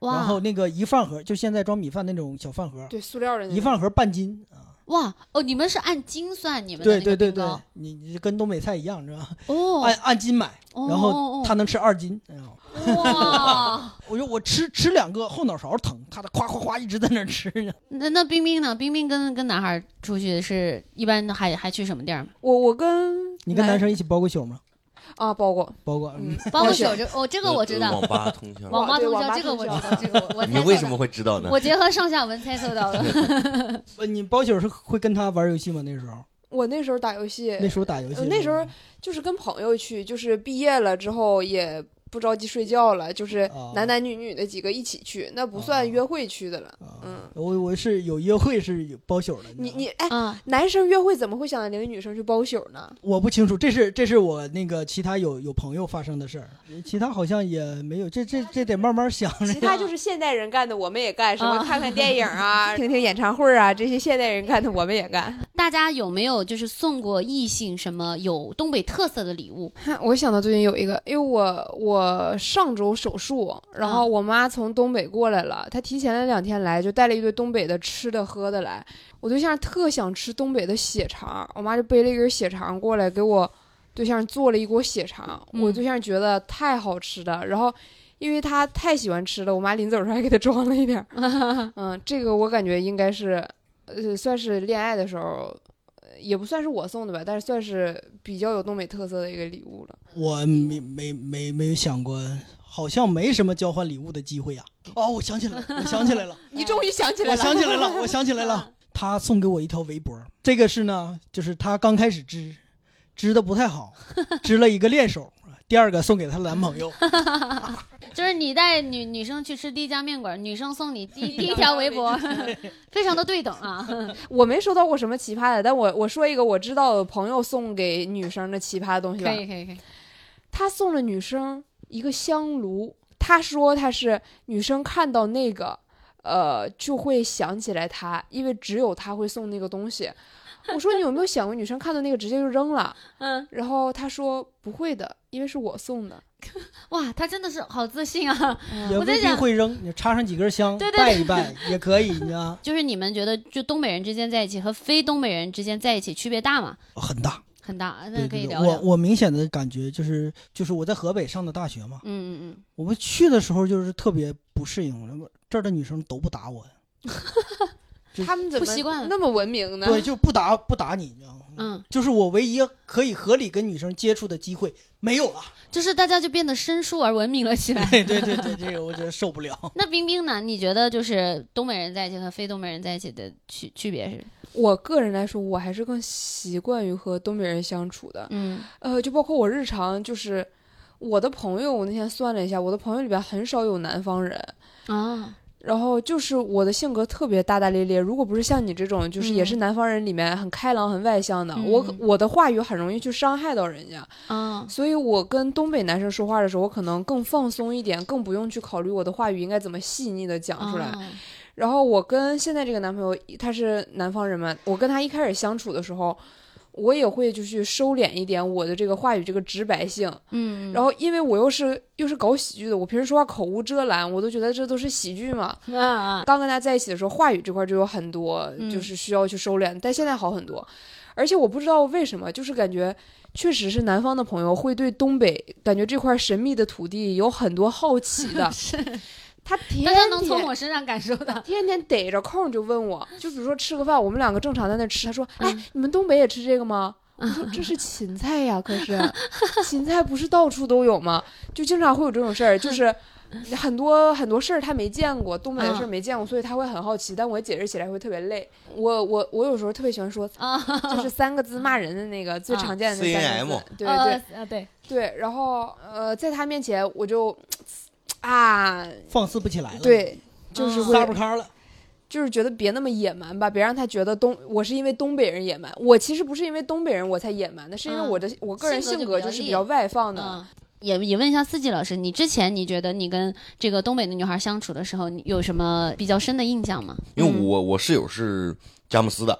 Speaker 2: 哇
Speaker 4: 然后那个一饭盒就现在装米饭那种小饭盒，
Speaker 3: 对塑料的那
Speaker 4: 一
Speaker 3: 种
Speaker 4: 饭盒半斤啊。
Speaker 2: 哇哦，你们是按斤算你们的
Speaker 4: 对
Speaker 2: 那个
Speaker 4: 对对
Speaker 2: 冰
Speaker 4: 对
Speaker 2: 糕，
Speaker 4: 你你跟东北菜一样，知道吧？
Speaker 2: 哦，
Speaker 4: 按按斤买，
Speaker 2: 哦
Speaker 4: 然后他能吃二斤。然后
Speaker 2: 哇，
Speaker 4: 我就我吃吃两个后脑勺疼，他的夸夸夸一直在那儿吃 呢。
Speaker 2: 那那冰冰呢？冰冰跟跟男孩儿出去是一般还还去什么地儿？
Speaker 3: 我我跟
Speaker 4: 你跟男生一起包过宿吗？
Speaker 3: 啊包过，
Speaker 4: 包过。
Speaker 3: 嗯，
Speaker 2: 包括
Speaker 3: 雪
Speaker 2: 宿这哦，这个我知道，
Speaker 6: 网吧通宵。
Speaker 2: 网吧
Speaker 3: 对
Speaker 2: 通
Speaker 3: 网
Speaker 2: 宵
Speaker 3: 吧
Speaker 2: 这个我知
Speaker 3: 通
Speaker 2: 道，这个我我
Speaker 6: 嗯你
Speaker 2: 猜
Speaker 6: 为
Speaker 2: 测
Speaker 6: 什
Speaker 2: 的
Speaker 6: 么会知道呢？
Speaker 2: 我结合上下文猜测到 的。
Speaker 4: 呃你包宿是会跟他玩游戏吗？那时候
Speaker 3: 我那时候打游戏，
Speaker 4: 那时候打游戏
Speaker 3: 呃
Speaker 4: 吗，
Speaker 3: 那时候就是跟朋友去，就是毕业了之后也不着急睡觉了，就是
Speaker 4: 哦
Speaker 3: 男男女女的几个一起去，那不
Speaker 4: 哦
Speaker 3: 算约会去的了。
Speaker 4: 啊
Speaker 3: 嗯，
Speaker 4: 我我是有约会是有包宿的。
Speaker 3: 你
Speaker 4: 知道吗
Speaker 3: 你哎，
Speaker 2: 啊，
Speaker 3: 男生约会怎么会想领女生去包宿呢？
Speaker 4: 我不清楚，这是这是我那个其他有有朋友发生的事儿，其他好像也没有，这这这得慢慢想。
Speaker 3: 其他就是现代
Speaker 4: 嗯
Speaker 3: 人干的，我们也干，什么
Speaker 2: 啊
Speaker 3: 看看电影啊、听听演唱会啊，这些现代人干的我们也干。
Speaker 2: 大家有没有就是送过异性什么有东北特色的礼物？
Speaker 3: 我想到最近有一个，因为我我上周手术，然后我妈从东北过来了，她提前了两天来，就带了一堆东北的吃的喝的来。我对象特想吃东北的血肠，我妈就背了一根血肠过来给我对象做了一锅血肠，
Speaker 2: 嗯
Speaker 3: 我对象觉得太好吃了，然后。因为他太喜欢吃了，我妈临走时候还给他装了一点儿。嗯，这个我感觉应该是，呃，算是恋爱的时候，呃也不算是我送的吧，但是算是比较有东北特色的一个礼物了。
Speaker 4: 我没没没没有想过，好像没什么交换礼物的机会呀、哦，我想起来了，我想起 来了，
Speaker 3: 你终于想起来
Speaker 4: 我
Speaker 3: 了，
Speaker 4: 想起来了，我想起来 了。他送给我一条围脖，这个是呢，就是他刚开始织，织的不太好，织了一个练手。第二个送给她男朋友，
Speaker 2: 就是你带女女生去吃第一家面馆，女生送 你第第一条围脖， 非常的对等啊。
Speaker 3: 我没收到过什么奇葩的，但我我说一个我知道有朋友送给女生的奇葩的东西吧
Speaker 2: 可。以可以可以，
Speaker 3: 他送了女生一个香炉，他说他是女生看到那个，呃，就会想起来他，因为只有他会送那个东西。我说你有没有想过女生看到那个直接就扔了？
Speaker 2: 嗯，
Speaker 3: 然后他说不会的，因为是我送的。
Speaker 2: 哇，他真的是好自信啊。
Speaker 4: 也
Speaker 2: 我在
Speaker 4: 未必
Speaker 2: 想
Speaker 4: 会扔，你插上几根香，
Speaker 2: 对对
Speaker 4: 拜一拜也可以，你知道吗
Speaker 2: 就是你们觉得，就东北人之间在一起和非东北人之间在一起区别大吗？
Speaker 4: 很大。
Speaker 2: 很大， 那
Speaker 4: 对
Speaker 2: 可
Speaker 4: 对
Speaker 2: 以
Speaker 4: 对，
Speaker 2: 聊
Speaker 4: 我
Speaker 2: 聊。
Speaker 4: 我明显的感觉就是，就是我在河北上的大学嘛，
Speaker 2: 嗯嗯
Speaker 4: 我们去的时候就是特别不适应，那么这儿的女生都不打我，就
Speaker 3: 他们怎么
Speaker 2: 不习惯
Speaker 3: 那么文明呢？
Speaker 4: 对，就不打不打你，你知道吗？
Speaker 2: 嗯，嗯，
Speaker 4: 就是我唯一可以合理跟女生接触的机会没 有了。
Speaker 2: 就是大家就变得生疏而文明了 起来。
Speaker 4: 对对对对，这个我觉得受不 了。
Speaker 2: 那冰冰呢？你觉得就是东北人在一起和非东北人在一起的区区别是？
Speaker 3: 我个人来说，我还是更习惯于和东北人相处的。
Speaker 2: 嗯
Speaker 3: 呃，就包括我日常就是我的朋友，我那天算了一下，我的朋友里边很少有南方人。
Speaker 2: 啊，
Speaker 3: 然后就是我的性格特别大大咧咧，如果不是像你这种，就是也是
Speaker 2: 嗯
Speaker 3: 南方人里面很开朗、很外向的，我可
Speaker 2: 嗯
Speaker 3: 我的话语很容易去伤害到人家，
Speaker 2: 啊，
Speaker 3: 所以我跟东北男生说话的时候，我可能更放松一点，更不用去考虑我的话语应该怎么细腻的讲出来。
Speaker 2: 啊
Speaker 3: 然后我跟现在这个男朋友，他是南方人嘛，我跟他一开始相处的时候，我也会就去收敛一点我的这个话语这个直白性。
Speaker 2: 嗯，
Speaker 3: 然后因为我又是又是搞喜剧的，我平时说话口无遮拦，我都觉得这都是喜剧嘛。
Speaker 2: 后啊，
Speaker 3: 刚跟他在一起的时候，话语这块就有很多
Speaker 2: 嗯。
Speaker 3: 就是需要去收敛，但现在好很多。而且我不知道为什么，就是感觉确实是南方的朋友会对东北感觉这块神秘的土地有很多好奇的
Speaker 2: 是，
Speaker 3: 他天
Speaker 2: 大
Speaker 3: 天
Speaker 2: 家能从我身上感受到。
Speaker 3: 天天逮着空就问我，就比如说吃个饭，我们两个正常在那吃，他说：“哎
Speaker 2: 嗯，
Speaker 3: 你们东北也吃这个 吗？”我说：“这是芹菜呀，可是 芹菜不是到处都有吗？就经常会有这种事 儿，就是很多很多事儿他没见过，东北的
Speaker 2: 嗯
Speaker 3: 事儿没见过，所以他会很好奇，但我解释起来会特别累。我我我有时候特别喜欢说，
Speaker 2: 啊，
Speaker 3: 就是三个字骂人的那个最常见的那三个
Speaker 6: CNM
Speaker 3: 字， 对对
Speaker 2: 对啊，对，
Speaker 3: 对。然后呃，在他面前我就啊，
Speaker 4: 放肆不起来了，，
Speaker 3: 对，就是
Speaker 2: 嗯
Speaker 3: 会
Speaker 4: 撒不开了。
Speaker 3: 就是觉得别那么野蛮吧，别让他觉得东我是因为东北人野蛮。我其实不是因为东北人我才野蛮的，是因为
Speaker 2: 嗯
Speaker 3: 我的、我个人
Speaker 2: 性格
Speaker 3: 性格
Speaker 2: 就比较
Speaker 3: 就是比
Speaker 2: 烈
Speaker 3: 较外放的。
Speaker 2: 嗯。也也问一下四季老师，你之前你觉得你跟这个东北的女孩相处的时候，你有什么比较深的印象吗？
Speaker 6: 因为
Speaker 2: 嗯
Speaker 6: 我我室友是佳木斯的，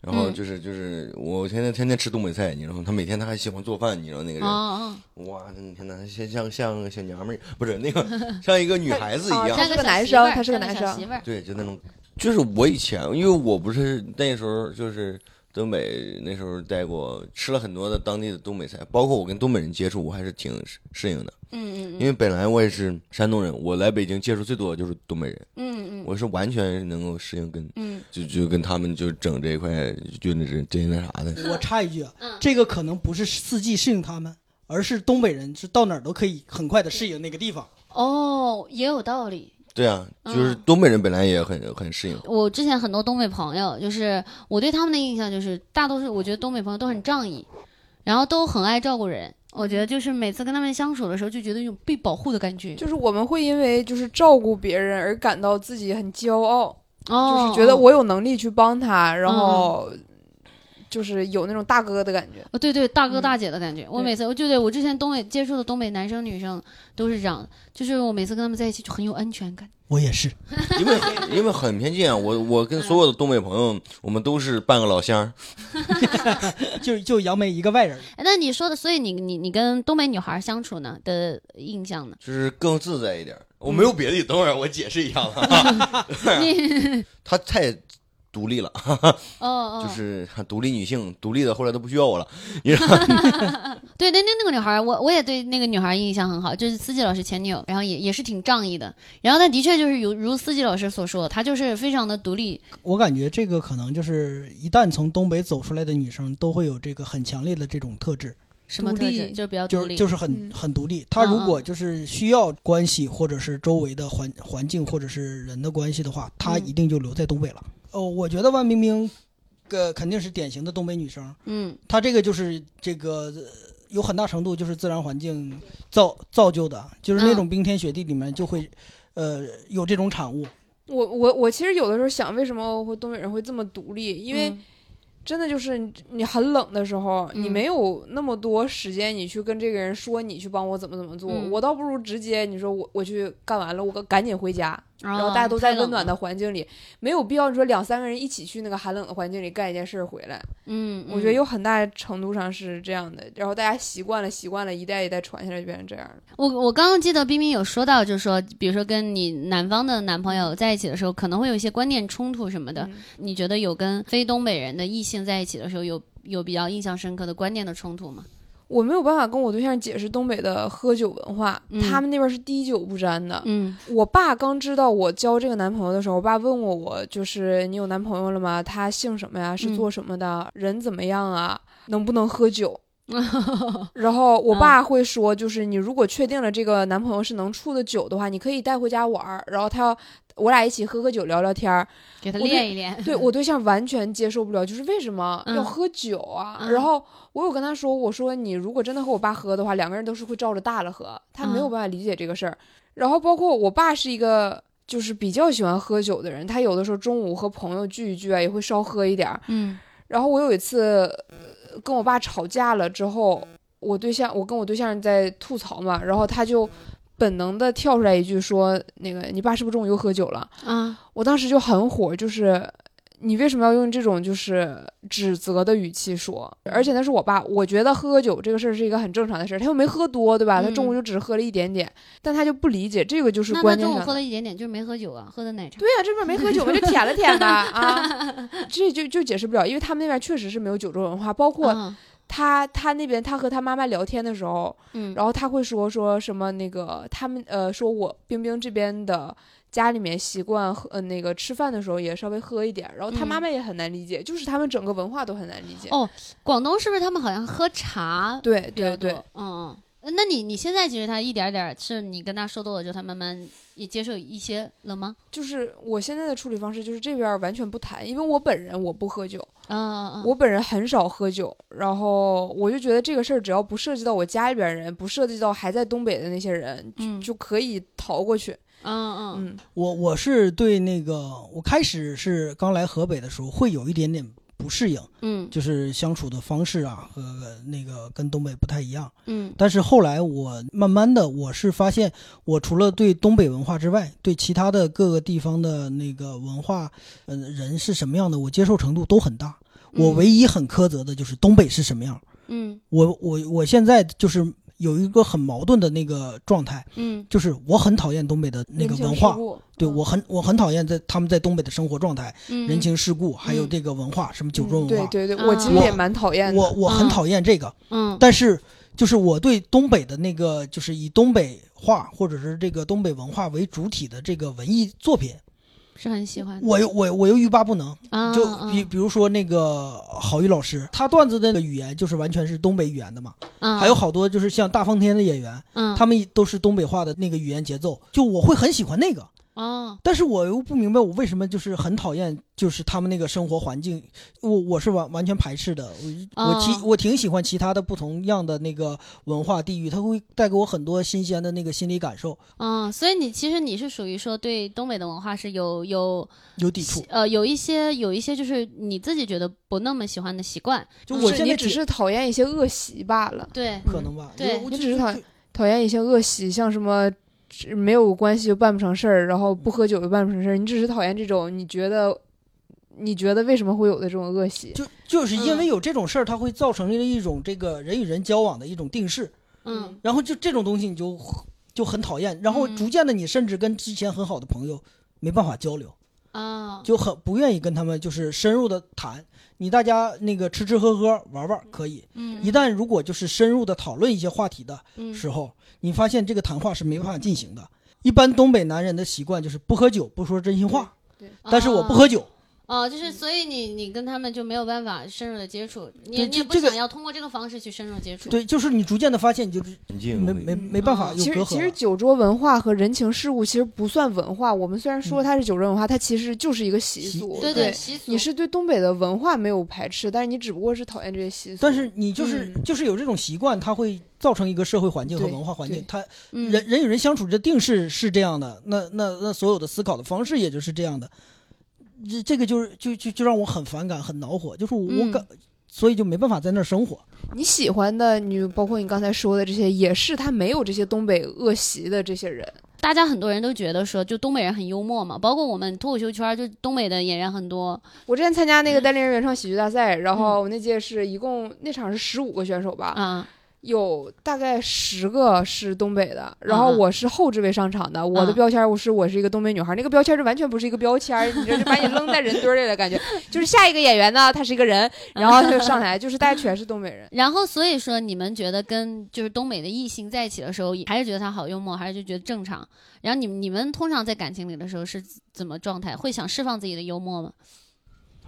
Speaker 6: 然后
Speaker 2: 嗯
Speaker 6: 就是就是我天天天天吃东北菜，你知道吗？他每天他还喜欢做饭，你知道那个人，
Speaker 2: 哦
Speaker 6: 哇，真的天哪，像像像个小娘们儿，不是那个像一个女孩子一
Speaker 3: 啊
Speaker 2: 哦，
Speaker 6: 样
Speaker 3: 他。
Speaker 2: 像
Speaker 3: 是
Speaker 2: 小
Speaker 3: 个男
Speaker 2: 媳妇儿
Speaker 3: 生他是个
Speaker 2: 像
Speaker 3: 男
Speaker 2: 小
Speaker 3: 生
Speaker 2: 媳妇儿
Speaker 6: 对，就那种，就是我以前，因为我不是那时候就是东北那时候待过，吃了很多的当地的东北菜，包括我跟东北人接触，我还是挺适适应的。
Speaker 2: 嗯嗯
Speaker 6: 因为本来我也是山东人，我来北京接触最多的就是东北人，
Speaker 2: 嗯嗯
Speaker 6: 我是完全能够适应跟
Speaker 2: 嗯
Speaker 6: 就就跟他们就整这一块就那这这那啥的。
Speaker 4: 我插一句啊
Speaker 2: 嗯，
Speaker 4: 这个可能不是四季适应他们，而是东北人是到哪儿都可以很快的适应那个地方。
Speaker 2: 哦，也有道理。
Speaker 6: 对啊，
Speaker 2: 嗯
Speaker 6: 就是东北人本来也很很适应。
Speaker 2: 我之前很多东北朋友，就是我对他们的印象就是，大多数我觉得东北朋友都很仗义，然后都很爱照顾人。我觉得就是每次跟他们相处的时候，就觉得有被保护的感觉，
Speaker 3: 就是我们会因为就是照顾别人而感到自己很骄傲，
Speaker 2: 哦，
Speaker 3: 嗯就是觉得我有能力去帮他，然后就是有那种大哥的感觉。
Speaker 2: 哦，对对，大哥大姐的感觉。我
Speaker 3: 对
Speaker 2: 每次，我就对我之前东北接触的东北男生女生都是这样的，就是我每次跟他们在一起就很有安全感。
Speaker 4: 我也是，
Speaker 6: 因为很因为很偏见啊！我我跟所有的东北朋友，我们都是半个老乡儿。
Speaker 4: 就就杨梅一个外人。
Speaker 2: 哎那你说的，所以你你你跟东北女孩相处呢的印象呢？
Speaker 6: 就是更自在一点儿。我没有别的，等会儿我解释一下子啊。
Speaker 2: 嗯
Speaker 6: 她太独立了，
Speaker 2: 哦哦，
Speaker 6: 就是独立女性，独立的后来都不需要我了。你知道吗
Speaker 2: 对，那那那个女孩儿，我我也对那个女孩儿印象很好，就是司机老师前女友，然后也也是挺仗义的，然后她的确就是如如司机老师所说，她就是非常的独立，
Speaker 4: 我感觉这个可能就是一旦从东北走出来的女生，都会有这个很强烈的这种特质，
Speaker 2: 什么
Speaker 3: 独
Speaker 2: 特质
Speaker 3: 立
Speaker 2: 就是比较独
Speaker 4: 就
Speaker 2: 立，
Speaker 4: 是就是很、
Speaker 3: 嗯
Speaker 4: 很独立。她如果就是需要关系，或者是周围的环环境，或者是人的关系的话，她
Speaker 2: 嗯
Speaker 4: 一定就留在东北了。哦，我觉得万冰冰，呃，肯定是典型的东北女生。
Speaker 2: 嗯
Speaker 4: 她这个就是这个呃有很大程度就是自然环境造造就的，就是那种冰天雪地里面就会，呃，有这种产物。
Speaker 3: 我我我其实有的时候想，为什么会东北人会这么独立？因为
Speaker 2: 嗯
Speaker 3: 真的就是你你很冷的时候，
Speaker 2: 嗯
Speaker 3: 你没有那么多时间，你去跟这个人说你去帮我怎么怎么做，
Speaker 2: 嗯
Speaker 3: 我倒不如直接你说我我去干完了，我赶紧回家，
Speaker 2: 然
Speaker 3: 然后大家都在温暖的，环境里，没有必要你说两三个人一起去那个寒冷的环境里干一件事儿回来。
Speaker 2: 嗯，
Speaker 3: 我觉得有很大程度上是这样的，然后大家习惯了，习惯了，一代一代传下来就变成这样了。
Speaker 2: 我我刚刚记得冰冰有说到，就是说，比如说跟你南方的男朋友在一起的时候，可能会有一些观念冲突什么的。
Speaker 3: 嗯
Speaker 2: 你觉得有跟非东北人的异性在一起的时候有，有比较印象深刻的观念的冲突吗？
Speaker 3: 我没有办法跟我对象解释东北的喝酒文化，
Speaker 2: 嗯
Speaker 3: 他们那边是滴酒不沾的。
Speaker 2: 嗯
Speaker 3: 我爸刚知道我交这个男朋友的时候，我爸问过我，就是你有男朋友了吗？他姓什么呀？是做什么的？人怎么样啊？能不能喝酒？
Speaker 2: 嗯
Speaker 3: 然后我爸会说，就是你如果确定了这个男朋友是能处的酒的话，你可以带回家玩儿，然后他要我俩一起喝喝酒聊聊天儿。
Speaker 2: 给他
Speaker 3: 我对
Speaker 2: 练一 练。
Speaker 3: 对我对象完全接受不了，就是为什么
Speaker 2: 嗯
Speaker 3: 要喝酒啊？
Speaker 2: 嗯
Speaker 3: 然后我有跟他说，我说你如果真的和我爸喝的话，两个人都是会照着大了喝，他没有
Speaker 2: 嗯
Speaker 3: 办法理解这个事儿。然后包括我爸是一个就是比较喜欢喝酒的人，他有的时候中午和朋友聚一聚啊，也会稍喝一点儿。
Speaker 2: 嗯
Speaker 3: 然后我有一次呃跟我爸吵架了之后，我对象我跟我对象在吐槽嘛，然后他就本能的跳出来一句说：“那个你爸是不是中午又喝酒了？”
Speaker 2: 啊，
Speaker 3: 我当时就很火，就是你为什么要用这种就是指责的语气说？而
Speaker 2: 嗯
Speaker 3: 且那是我爸，我觉得喝酒这个事儿是一个很正常的事儿，他又没喝多，对吧？他中午
Speaker 2: 嗯
Speaker 3: 就只喝了一点点，但他就不理解，这个就是
Speaker 2: 那他
Speaker 3: 观念
Speaker 2: 中午
Speaker 3: 上的。
Speaker 2: 喝了一点点，就是没喝酒啊，喝的奶茶。
Speaker 3: 对呀、这边没喝酒嘛，就舔了舔吧 啊，这就就解释不了，因为他们那边确实是没有酒桌文化，包括
Speaker 2: 啊
Speaker 3: 他他那边他和他妈妈聊天的时候，
Speaker 2: 嗯，
Speaker 3: 然后他会说说什么那个他们呃说我冰冰这边的家里面习惯喝呃那个吃饭的时候也稍微喝一点儿，然后他妈
Speaker 2: 嗯
Speaker 3: 妈也很难理解，就是他们整个文化都很难理解。
Speaker 2: 哦广东是不是他们好像喝茶
Speaker 3: 对
Speaker 2: 比
Speaker 3: 对
Speaker 2: 较多？
Speaker 3: 对，
Speaker 2: 嗯嗯。那你你现在其实他一点儿点儿是你跟他说多了之后，他慢慢也接受一些了吗？
Speaker 3: 就是我现在的处理方式就是这边儿完全不谈，因为我本人我不喝酒，
Speaker 2: 啊啊！
Speaker 3: 我本人很少喝酒，然后我就觉得这个事儿只要不涉及到我家里边儿人，不涉及到还在东北的那些人，
Speaker 2: 嗯
Speaker 3: 就可以逃过去。
Speaker 2: 嗯嗯
Speaker 3: 嗯
Speaker 4: 我我是对那个，我开始是刚来河北的时候，会有一点点不适应，
Speaker 2: 嗯
Speaker 4: 就是相处的方式啊和那个跟东北不太一样。
Speaker 2: 嗯
Speaker 4: 但是后来我慢慢的，我是发现，我除了对东北文化之外，对其他的各个地方的那个文化，呃，人是什么样的，我接受程度都很大。我
Speaker 2: 嗯
Speaker 4: 唯一很苛责的就是东北是什么样。
Speaker 2: 嗯
Speaker 4: 我我我现在就是有一个很矛盾的那个状态，
Speaker 2: 嗯
Speaker 4: 就是我很讨厌东北的那个
Speaker 3: 人情
Speaker 4: 文
Speaker 3: 世
Speaker 4: 化，
Speaker 3: 故
Speaker 4: 对
Speaker 3: 嗯
Speaker 4: 我很我很讨厌在他们在东北的生活状态、
Speaker 2: 嗯，
Speaker 4: 人情世故，还有
Speaker 2: 嗯
Speaker 4: 这个文化，什么酒
Speaker 3: 嗯
Speaker 4: 桌文化。
Speaker 3: 对对对，
Speaker 2: 啊
Speaker 3: 我其实也蛮讨厌的。
Speaker 4: 我我很
Speaker 2: 嗯
Speaker 4: 讨厌这个，
Speaker 2: 嗯
Speaker 4: 但是就是我对东北的那个，就是以东北话或者是这个东北文化为主体的这个文艺作品，
Speaker 2: 是很喜欢的
Speaker 4: 我又我我又欲罢不能。
Speaker 2: 啊，
Speaker 4: 嗯就
Speaker 2: 啊
Speaker 4: 比比如说那个郝宇老师，他段子的那个语言就是完全是东北语言的嘛，
Speaker 2: 啊
Speaker 4: 还有好多就是像大风天的演员，
Speaker 2: 嗯
Speaker 4: 他们都是东北话的那个语言节奏，就我会很喜欢那个。
Speaker 2: 啊，
Speaker 4: 但是我又不明白我为什么就是很讨厌，就是他们那个生活环境，我我是完完全排斥的。我我其
Speaker 2: 哦
Speaker 4: 我挺喜欢其他的不同样的那个文化地域，它会带给我很多新鲜的那个心理感受，
Speaker 2: 嗯，所以你其实你是属于说对东北的文化是有有
Speaker 4: 有抵触。
Speaker 2: 呃有一些有一些就是你自己觉得不那么喜欢的习惯，
Speaker 4: 就
Speaker 2: 嗯
Speaker 4: 我
Speaker 2: 是
Speaker 4: 现
Speaker 3: 你
Speaker 4: 在
Speaker 3: 只是讨厌一些恶习罢了，
Speaker 2: 对，
Speaker 4: 可能吧，
Speaker 2: 对
Speaker 4: 我
Speaker 3: 你
Speaker 4: 就
Speaker 3: 只是讨
Speaker 4: 就
Speaker 3: 讨厌一些恶习，像什么只没有关系就办不成事儿，然后不喝酒就办不成事儿，你只是讨厌这种你觉得你觉得为什么会有的这种恶习？
Speaker 4: 就就是因为有这种事儿，它会造成了一种这个人与人交往的一种定式，
Speaker 2: 嗯，
Speaker 4: 然后就这种东西你就就很讨厌，然后
Speaker 2: 嗯
Speaker 4: 逐渐的你甚至跟之前很好的朋友没办法交流，
Speaker 2: 啊，
Speaker 4: 就很不愿意跟他们就是深入的谈。你大家那个吃吃喝喝玩玩可以，
Speaker 2: 嗯
Speaker 4: 一旦如果就是深入的讨论一些话题的
Speaker 2: 嗯
Speaker 4: 时候，你发现这个谈话是没办法进行的。一般东北男人的习惯就是不喝酒，不说真心话，但是我不
Speaker 2: 啊
Speaker 4: 喝酒。
Speaker 2: 哦，就是所以你你跟他们就没有办法深入的接触，你
Speaker 4: 对
Speaker 2: 你
Speaker 4: 这
Speaker 2: 也不
Speaker 4: 这个
Speaker 2: 想要通过这个方式去深入接触。
Speaker 4: 对，就是你逐渐的发现，你就是
Speaker 6: 很近
Speaker 4: 没
Speaker 6: 会
Speaker 4: 没没办法
Speaker 3: 啊
Speaker 2: 嗯
Speaker 4: 有
Speaker 3: 其
Speaker 4: 隔阂
Speaker 3: 实
Speaker 4: 了。
Speaker 3: 其实酒桌文化和人情世故其实不算文化，我们虽然说它是酒桌文化，它其实就是一个习
Speaker 4: 嗯习
Speaker 3: 俗。
Speaker 2: 对
Speaker 3: 对，
Speaker 2: 习俗
Speaker 3: 你是对东北的文化没有排斥，但是你只不过是讨厌这些习俗。
Speaker 4: 但是你就是、就是有这种习惯，它会造成一个社会环境
Speaker 3: 嗯
Speaker 4: 和
Speaker 3: 对
Speaker 4: 文化环境
Speaker 3: 对，
Speaker 4: 它
Speaker 2: 嗯
Speaker 4: 人人与人相处的定式是这样的，那那那所有的思考的方式也就是这样的，这这个就是就就就让我很反感，很恼火，就是我
Speaker 2: 嗯
Speaker 4: 我感，所以就没办法在那儿生活。
Speaker 3: 你喜欢的，你包括你刚才说的这些，也是他没有这些东北恶习的这些人。
Speaker 2: 大家很多人都觉得说，就东北人很幽默嘛，包括我们脱口秀圈儿，就东北的演员很多。
Speaker 3: 我之前参加那
Speaker 2: 嗯
Speaker 3: 个单立人原创喜剧大赛，然后我那届是一共那场是十五个选手吧，
Speaker 2: 啊
Speaker 3: 有大概十个是东北的，然后我是后置位上场的，我的
Speaker 2: 嗯
Speaker 3: 标签我是我是一个东北女孩，那个标签就完全不是一个标签，你这就把你扔在人堆里了，感觉就是下一个演员呢，他是一个 人，然后他就上来，就是大家全是东北人。
Speaker 2: 然后所以说，你们觉得跟就是东北的异性在一起的时候，还是觉得他好幽默，还是就觉得正常？然后你们你们通常在感情里的时候是怎么状态？会想释放自己的幽默吗？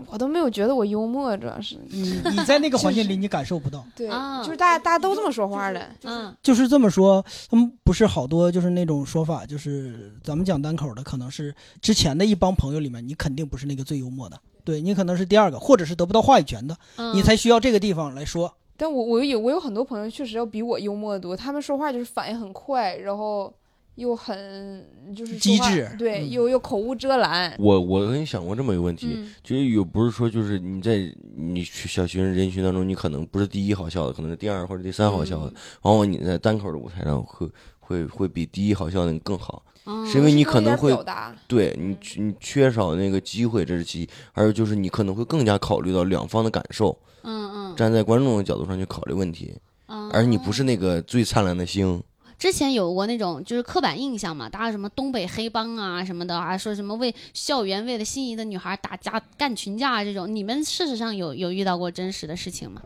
Speaker 3: 我都没有觉得我幽默，主要是
Speaker 2: 嗯
Speaker 4: 你你在那个 环境
Speaker 3: 就
Speaker 4: 里，你感受不到。
Speaker 3: 对，
Speaker 2: 啊
Speaker 3: 就是大家大家都这么说话的，
Speaker 2: 嗯
Speaker 4: 就是这么说，他们不是好多就是那种说法，就是咱们讲单口的，可能是之前的一帮朋友里面，你肯定不是那个最幽默的，对你可能是第二个，或者是得不到话语权的，
Speaker 2: 嗯，
Speaker 4: 你才需要这个地方来说。
Speaker 3: 但我我有我有很多朋友确实要比我幽默得多，他们说话就是反应很快，然后又很就是说话
Speaker 4: 机智
Speaker 3: 对，
Speaker 4: 嗯
Speaker 3: 又又口无遮拦。
Speaker 6: 我我跟你想过这么一个问题，
Speaker 2: 嗯
Speaker 6: 就是有不是说就是你在你去小学生人群当中，你可能不是第一好笑的，可能是第二或者第三好笑的，
Speaker 2: 嗯
Speaker 6: 往往你在单口的舞台上会会会比第一好笑的更好，
Speaker 2: 嗯
Speaker 6: 是因为你可能会
Speaker 3: 表达，
Speaker 6: 对你缺你缺少那个机会，这是其一；还有就是你可能会更加考虑到两方的感受，
Speaker 2: 嗯嗯
Speaker 6: 站在观众的角度上去考虑问题，
Speaker 2: 嗯，
Speaker 6: 而你不是那个最灿烂的星。
Speaker 2: 之前有过那种就是刻板印象嘛，大家什么东北黑帮啊什么的啊，说什么为校园为了心仪的女孩打架干群架啊这种，你们事实上有有遇到过真实的事情吗？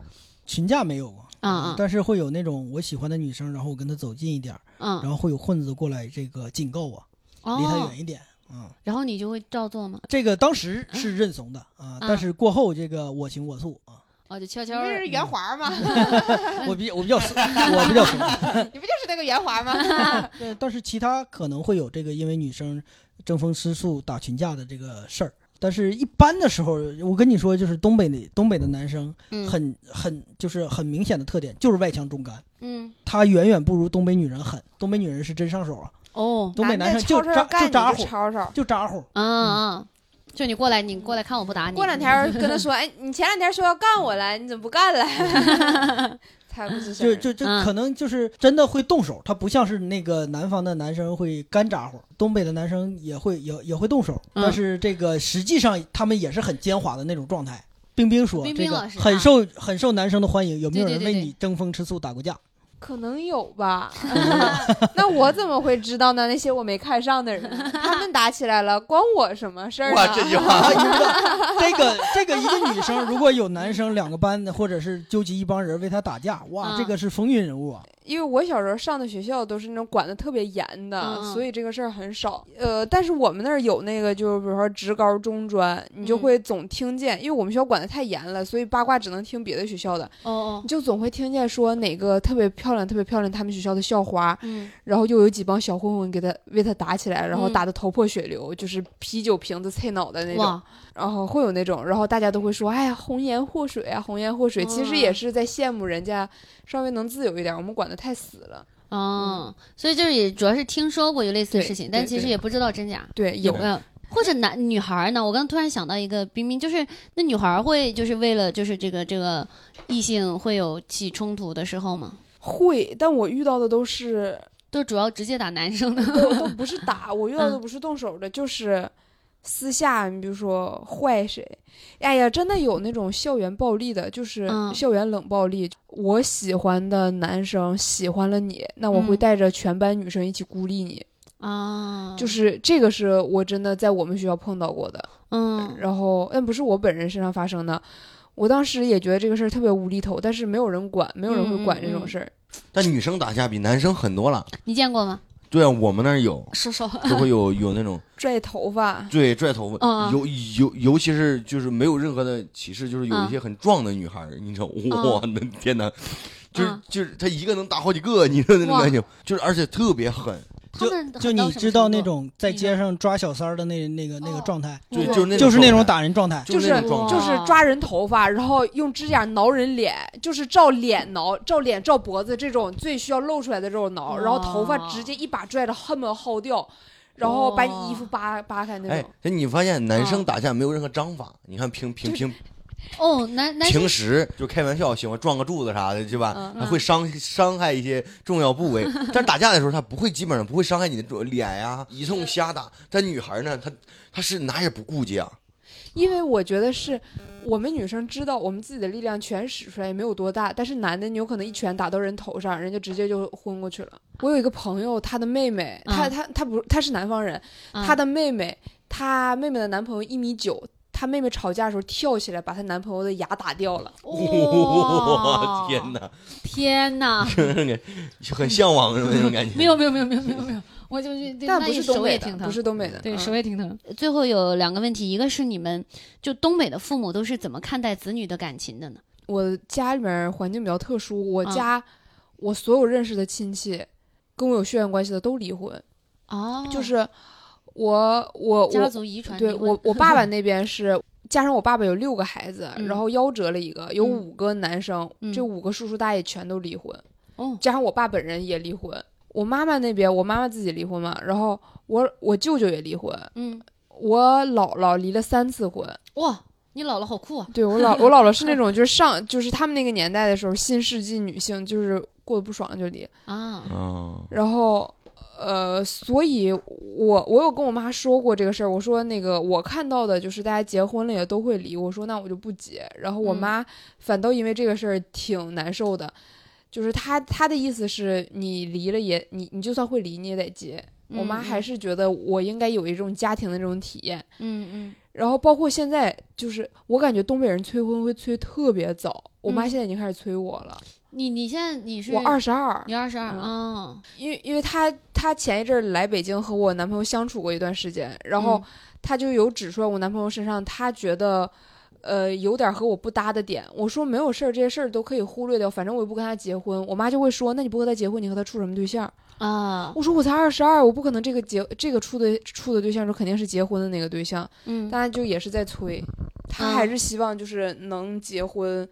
Speaker 4: 群架没有过，
Speaker 2: 啊啊
Speaker 4: 但是会有那种我喜欢的女生，然后我跟她走近一点儿，
Speaker 3: 啊
Speaker 2: 嗯，
Speaker 4: 然后会有混子过来这个警告我，离她
Speaker 2: 哦
Speaker 4: 远，一点。嗯，
Speaker 2: 然后你就会照做吗？
Speaker 4: 这个当时是认怂的
Speaker 3: 嗯
Speaker 4: 啊，但是过后这个我行我素啊，
Speaker 2: 哦，就悄
Speaker 3: 你
Speaker 2: 悄
Speaker 3: 不
Speaker 2: 地
Speaker 3: 是圆滑 吗？嗯
Speaker 4: 我比我比较怂， 我比较 怂。
Speaker 3: 你不就是那个圆滑吗？
Speaker 4: 对，但是其他可能会有这个因为女生争风吃醋、打群架的这个事儿。但是，一般的时候，我跟你说，就是东北的东北的男生
Speaker 2: 嗯
Speaker 4: 很很就是很明显的特点，就是外强中干。
Speaker 2: 嗯
Speaker 4: 他远远不如东北女人狠，东北女人是真上手啊，
Speaker 2: 哦
Speaker 4: 东北
Speaker 3: 男
Speaker 4: 生就
Speaker 3: 吵吵
Speaker 4: 扎
Speaker 3: 干
Speaker 4: 就
Speaker 3: 你
Speaker 4: 扎
Speaker 3: 就
Speaker 4: 呼
Speaker 3: 吵吵。
Speaker 4: 就扎呼，
Speaker 2: 啊啊，就你过来，你过来看我不打你。嗯
Speaker 3: 过两天儿跟他说，哎，你前两天说要干我了，你怎么不干 了？才不是事
Speaker 4: 就
Speaker 3: 儿。
Speaker 4: 就就
Speaker 2: 嗯
Speaker 4: 可能就是真的会动手，他不像是那个南方的男生会干咋呼，东北的男生也会也也会动手，
Speaker 2: 嗯
Speaker 4: 但是这个实际上他们也是很奸猾的那种状态。冰冰说，
Speaker 2: 冰冰
Speaker 4: 这
Speaker 2: 老
Speaker 4: 个
Speaker 2: 师啊
Speaker 4: 很受很受男生的欢迎，有没有
Speaker 2: 对
Speaker 4: 人
Speaker 2: 对
Speaker 4: 为
Speaker 2: 对
Speaker 4: 你争风吃醋打过架？
Speaker 3: 可能有吧，
Speaker 4: 嗯
Speaker 3: 那我怎么会知道呢？那些我没看上的人，他们打起来了，关我什么事儿呢？
Speaker 6: 话
Speaker 4: 哎这个这个一个女生如果有男生两个班的，或者是纠集一帮人为她打架，哇，
Speaker 2: 嗯
Speaker 4: 这个是风云人物啊！
Speaker 3: 因为我小时候上的学校都是那种管的特别严的，
Speaker 2: 嗯嗯
Speaker 3: 所以这个事儿很少。呃，但是我们那儿有那个，就是比如说职高、中专，你就
Speaker 2: 嗯
Speaker 3: 会总听见，因为我们学校管的太严了，所以八卦只能听别的学校的，
Speaker 2: 哦哦
Speaker 3: 你，就总会听见说哪个特别漂亮、特别漂亮，他们学校的校花，
Speaker 2: 嗯，
Speaker 3: 然后又有几帮小混混给他为他打起来，然后
Speaker 2: 嗯
Speaker 3: 打得头破血流，就是啤酒瓶子啐脑袋那种。
Speaker 2: 哇，
Speaker 3: 然后会有那种，然后大家都会说，哎呀，红颜祸水啊，红颜祸水，其
Speaker 2: 嗯
Speaker 3: 实也是在羡慕人家稍微能自由一点，我们管得太死了。
Speaker 2: 哦，所以就是也主要是听说过有类似的
Speaker 3: 对
Speaker 2: 事情，
Speaker 3: 对
Speaker 2: 但其实
Speaker 3: 对
Speaker 2: 也不知道真假。
Speaker 3: 对，有
Speaker 2: 没有？或者男女孩儿呢？我刚突然想到一个冰冰，就是那女孩儿会就是为了就是这个这个异性会有起冲突的时候吗？
Speaker 3: 会，但我遇到的都是
Speaker 2: 都主要直接打男生的
Speaker 3: 都 都不是打，我遇到
Speaker 2: 嗯
Speaker 3: 的不是动手的，就是私下，你比如说坏谁，哎呀，真的有那种校园暴力的，就是
Speaker 2: 嗯
Speaker 3: 校园冷暴力。我喜欢的男生喜欢了你，那我会
Speaker 2: 嗯
Speaker 3: 带着全班女生一起孤立你，
Speaker 2: 啊，
Speaker 3: 哦就是这个是我真的在我们学校碰到过的。
Speaker 2: 嗯
Speaker 3: 然后但不是我本人身上发生的，我当时也觉得这个事儿特别无厘头，但是没有人管，没有人会管这
Speaker 2: 嗯嗯
Speaker 3: 种
Speaker 2: 嗯
Speaker 3: 事儿。
Speaker 6: 但女生打架比男生狠多了。
Speaker 2: 你见过吗？
Speaker 6: 对啊，我们那儿有，
Speaker 2: 说说，
Speaker 6: 就会有有那种
Speaker 3: 拽头发，
Speaker 6: 对拽头
Speaker 2: 嗯
Speaker 6: 发，尤尤尤其是就是没有任何的歧视，就是
Speaker 3: 嗯
Speaker 6: 有一些很壮的女孩儿，你知道，我的天哪，就是
Speaker 2: 嗯
Speaker 6: 就是她一个能打好几个，你知道那种
Speaker 2: 哇
Speaker 6: 感觉，就是而且特别狠，
Speaker 2: 他们到
Speaker 4: 就就你
Speaker 2: 什么
Speaker 4: 知道
Speaker 2: 程
Speaker 4: 那
Speaker 2: 度
Speaker 4: 种在
Speaker 2: 你
Speaker 4: 街
Speaker 2: 看
Speaker 4: 上抓小三儿的那那个那个
Speaker 2: 哦
Speaker 4: 状态，
Speaker 6: 对，
Speaker 2: 哇
Speaker 6: 就是那
Speaker 4: 就是那种
Speaker 6: 状态，
Speaker 4: 打人状态。
Speaker 3: 就是
Speaker 6: 那种状态哎
Speaker 3: 就
Speaker 2: 哇
Speaker 3: 是抓人头发，然后用指甲挠人脸，就是照脸挠，照脸照脖子这种最需要露出来的这种挠，然后头发
Speaker 2: 哇
Speaker 3: 直接一把拽着，恨不得薅掉，然后把你衣服扒扒开那
Speaker 6: 哎
Speaker 3: 种。，嗯
Speaker 6: 那你发现男生打架没有任何章法？你看平平平
Speaker 2: 哦，男男
Speaker 6: 平时就开玩笑，喜欢撞个柱子啥的，对吧？
Speaker 3: 嗯
Speaker 6: 还会伤伤害一些重要部位， 但打架的时候他不会，基本上不会伤害你的脸呀、一通瞎打。但女孩呢，她她是哪也不顾忌啊，
Speaker 3: 因为我觉得是我们女生知道我们自己的力量全使出来也没有多大，但是男的你有可能一拳打到人头上，人家直接就昏过去了。我有一个朋友，她的妹妹，她
Speaker 2: 嗯
Speaker 3: 她她不她是南方人，
Speaker 2: 啊
Speaker 3: 她的妹妹，她妹妹的男朋友一米九。她妹妹吵架的时候跳起来把她男朋友的牙打掉了，
Speaker 6: 哇，
Speaker 2: 哇
Speaker 6: 天哪，
Speaker 2: 哦天哪，
Speaker 6: 很向往是吧那种感觉。
Speaker 2: 没有没有没有没有没有没有，我就就
Speaker 3: 但
Speaker 2: 那
Speaker 3: 不是东
Speaker 2: 手也
Speaker 3: 北
Speaker 2: 挺
Speaker 3: 的，
Speaker 2: 疼
Speaker 3: 不，是东北的，
Speaker 2: 对
Speaker 3: 嗯
Speaker 2: 手也挺疼。最后有两个问题，一个是你们就东北的父母都是怎么看待子女的感情的呢？
Speaker 3: 我家里面环境比较特殊，我
Speaker 2: 嗯
Speaker 3: 家、我所有认识的亲戚，跟我有血缘关系的都离婚，
Speaker 2: 哦，
Speaker 3: 就是我我
Speaker 2: 家
Speaker 3: 我
Speaker 2: 族遗传
Speaker 3: 对
Speaker 2: 离婚
Speaker 3: 我我爸 爸那边是加上我爸爸有六个孩子，
Speaker 2: 嗯
Speaker 3: 然后夭折了一个，有
Speaker 2: 嗯
Speaker 3: 五个男生，
Speaker 2: 嗯
Speaker 3: 这五个叔叔大爷全都离婚，
Speaker 2: 哦
Speaker 3: 加上我爸本人也离婚。我妈妈那边，我妈妈自己离婚嘛，然后我我舅舅也离婚，
Speaker 2: 嗯
Speaker 3: 我姥姥离了三次婚。
Speaker 2: 哇，你姥姥好酷啊！
Speaker 3: 对我 姥我姥姥是那种就是上就是他们那个年代的时候，新世纪女性就是过得不爽就离，
Speaker 2: 啊，
Speaker 6: 啊，
Speaker 3: 然后。呃，所以我我有跟我妈说过这个事儿，我说那个我看到的就是大家结婚了也都会离，我说那我就不结。然后我
Speaker 2: 嗯
Speaker 3: 妈反倒因为这个事儿挺难受的，就是她她的意思是你离了也你你就算会离你也得结。我妈
Speaker 2: 嗯
Speaker 3: 还是觉得我应该有一种家庭的这种体验，
Speaker 2: 嗯嗯
Speaker 3: 然后包括现在，就是我感觉东北人催婚会催特别早，我妈
Speaker 2: 嗯
Speaker 3: 现在已经开始催我了。
Speaker 2: 嗯，你你现在你是
Speaker 3: 我二，十二，
Speaker 2: 你二十二
Speaker 3: 嗯
Speaker 2: 啊，
Speaker 3: 因为因为她她前一阵儿来北京和我男朋友相处过一段时间，然后
Speaker 2: 嗯
Speaker 3: 她就有指出来我男朋友身上她觉得。呃，有点和我不搭的点，我说没有事儿，这些事儿都可以忽略掉，反正我又不跟他结婚。我妈就会说，那你不和他结婚，你和他处什么对象？
Speaker 2: 啊，
Speaker 3: 我说我才二十二，我不可能这个结这个处的处的对象，就肯定是结婚的那个对象。
Speaker 2: 嗯
Speaker 3: 但就也是在催，他
Speaker 2: 嗯
Speaker 3: 还是希望就是能结婚，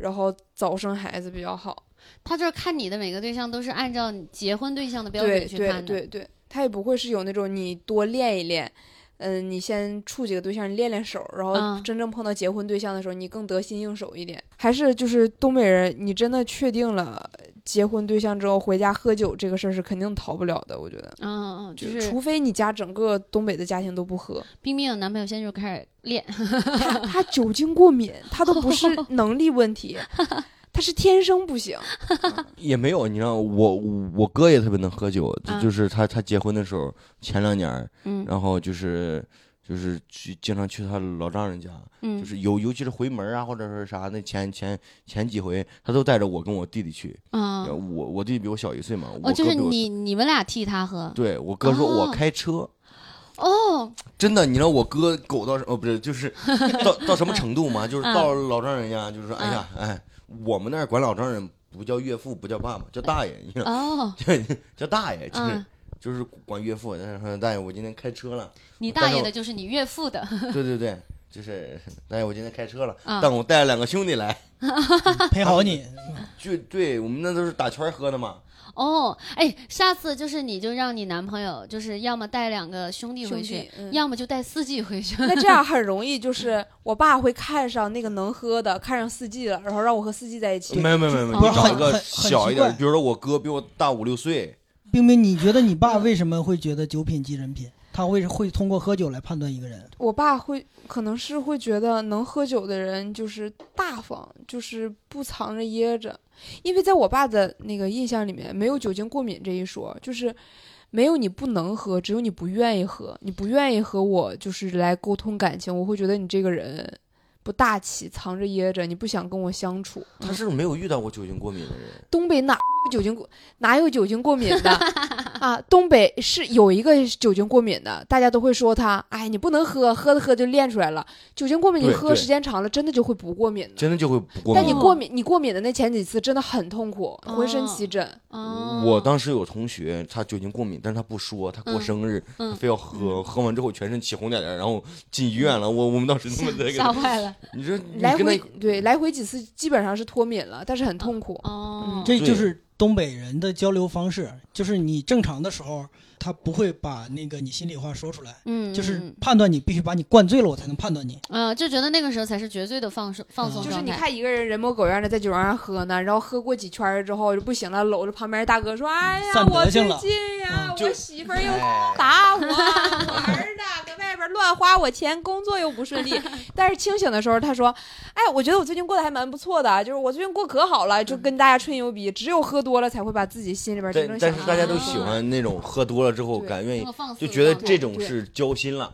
Speaker 3: 然后早生孩子比较好。
Speaker 2: 他就是看你的每个对象都是按照你结婚对象的标
Speaker 3: 对
Speaker 2: 准去
Speaker 3: 对
Speaker 2: 看的，
Speaker 3: 对对，他也不会是有那种你多练一练，嗯，你先处几个对象你练练手，然后
Speaker 2: 嗯
Speaker 3: 真正碰到结婚对象的时候，你更得心应手一点。还是就是东北人，你真的确定了结婚对象之后，回家喝酒这个事儿是肯定逃不了的，我觉得。
Speaker 2: 嗯嗯，就
Speaker 3: 就是除非你家整个东北的家庭都不 喝，
Speaker 2: 冰冰有男朋友，现在就开始练，
Speaker 3: 他他酒精过敏，他都不 是能力问题，他是天生不行。
Speaker 6: 也没有，你知道，我我哥也特别能喝酒，就
Speaker 2: 啊
Speaker 6: 就是他他结婚的时候前两年儿，
Speaker 2: 嗯
Speaker 6: 然后就是就是去经常去他老丈人家，
Speaker 2: 嗯，
Speaker 6: 就是尤尤其是回门啊，或者是啥那前前前几回，他都带着我跟我弟弟去。
Speaker 2: 嗯，
Speaker 6: 我我弟弟比我小一岁嘛，我
Speaker 2: 哦，
Speaker 6: 哥
Speaker 2: 就是
Speaker 6: 比我
Speaker 2: 你你们俩替他喝
Speaker 6: 对我哥说
Speaker 2: 哦
Speaker 6: 我开车，
Speaker 2: 哦，
Speaker 6: 真的，你知道我哥狗到什哦不是，就是到到什么程度吗？就是
Speaker 2: 嗯
Speaker 6: 到老丈人家，就是说哎呀哎，我们那儿管老丈人不叫岳父，不叫爸爸，叫大爷，你知道
Speaker 2: 哦，
Speaker 6: 叫大爷，就是、
Speaker 2: 嗯
Speaker 6: 就是管岳父，但是说大爷我今天开车了，
Speaker 2: 你
Speaker 6: 但
Speaker 2: 大
Speaker 6: 是
Speaker 2: 爷
Speaker 6: 我
Speaker 2: 的就是你岳父的，
Speaker 6: 对对对，就是大爷我今天开车了，
Speaker 2: 啊
Speaker 6: 但我带了两个兄弟来，
Speaker 4: 陪好你。
Speaker 6: 就对我们那都是打圈儿喝的嘛，
Speaker 2: 哦，哎，下次就是你就让你男朋友就是要么带两个兄弟
Speaker 5: 兄
Speaker 2: 回
Speaker 5: 弟
Speaker 2: 去，，
Speaker 5: 嗯
Speaker 2: 要么就带四季 回去。
Speaker 3: 那这样很容易，就是我爸会看上那个能喝的，看上四季了，然后让我和四季在一起。
Speaker 6: 嗯没有没有没有，没有
Speaker 2: 不是
Speaker 6: 你找
Speaker 2: 很
Speaker 6: 一个
Speaker 4: 很很
Speaker 6: 小一
Speaker 4: 奇
Speaker 6: 点
Speaker 4: 怪，
Speaker 6: 比如说我哥比我大五六岁，
Speaker 4: 冰冰，你觉得你爸为什么会觉得酒品即人品？他会会通过喝酒来判断一个人？
Speaker 3: 我爸会可能是会觉得能喝酒的人就是大方，就是不藏着掖着，因为在我爸的那个印象里面，没有酒精过敏这一说，就是没有你不能喝，只有你不愿意喝。你不愿意和我就是来沟通感情，我会觉得你这个人不大气，藏着掖着，你不想跟我相处。
Speaker 6: 他是不是没有遇到过酒精过敏的人？
Speaker 3: 东北哪有酒精过哪有酒精过敏的啊？东北是有一个酒精过敏的，大家都会说他，哎，你不能喝，喝着喝就练出来了。酒精过敏，你
Speaker 6: 对
Speaker 3: 喝
Speaker 6: 对
Speaker 3: 时间长了，真的就会不过敏的。
Speaker 6: 真的就会不过敏。
Speaker 3: 但你过敏，你过敏的那前几次真的很痛苦，
Speaker 2: 哦
Speaker 3: 浑身起疹。
Speaker 2: 哦，
Speaker 6: 我当时有同学，他酒精过敏，但是他不说，他过
Speaker 2: 嗯
Speaker 6: 生日，
Speaker 2: 嗯
Speaker 6: 他非要喝，喝完之后全身起红点点，然后进医院了。我我们当时他妈在给
Speaker 2: 吓
Speaker 6: 他，
Speaker 2: 坏了。
Speaker 6: 你说嗯你
Speaker 3: 来
Speaker 6: 跟他
Speaker 3: 回对来回几次基本上是脱敏了，但是很痛苦。
Speaker 2: 哦，
Speaker 4: 这就是东北人的交流方式，就是你正常的时候，他不会把那个你心里话说出来，
Speaker 2: 嗯，
Speaker 4: 就是
Speaker 2: 嗯
Speaker 4: 判断你必须把你灌醉了，我才能判 断你。
Speaker 2: 嗯、就觉得那个时候才是绝对的放松放松
Speaker 4: 嗯
Speaker 3: 就是
Speaker 2: 状
Speaker 3: 你
Speaker 2: 态。
Speaker 3: 看一个人人模狗样的在酒桌上喝呢，然后喝过几圈儿之后就不行了，搂着旁边大哥说：“哎呀
Speaker 4: 散，
Speaker 3: 我
Speaker 4: 德
Speaker 3: 最
Speaker 4: 性了
Speaker 3: 近呀、
Speaker 4: 嗯
Speaker 6: 就
Speaker 3: 我媳妇儿又
Speaker 6: 哎
Speaker 3: 打我， 我儿子搁外边乱花我钱，工作又不 顺利。但是清醒的时候，他说：“哎，我觉得我最近过得还蛮不错的，就是我最近过可好了。”
Speaker 6: 嗯
Speaker 3: 就跟大家吹牛逼，只有喝多了才会把自己心里边真正
Speaker 6: 但但
Speaker 3: 想
Speaker 6: 是
Speaker 3: 的
Speaker 6: 大家都喜欢那种喝多了之后
Speaker 3: 对
Speaker 6: 敢愿
Speaker 2: 那
Speaker 6: 意
Speaker 2: 个，放肆
Speaker 6: 就
Speaker 2: 的
Speaker 6: 觉得
Speaker 2: 状态
Speaker 6: 这种是交心了。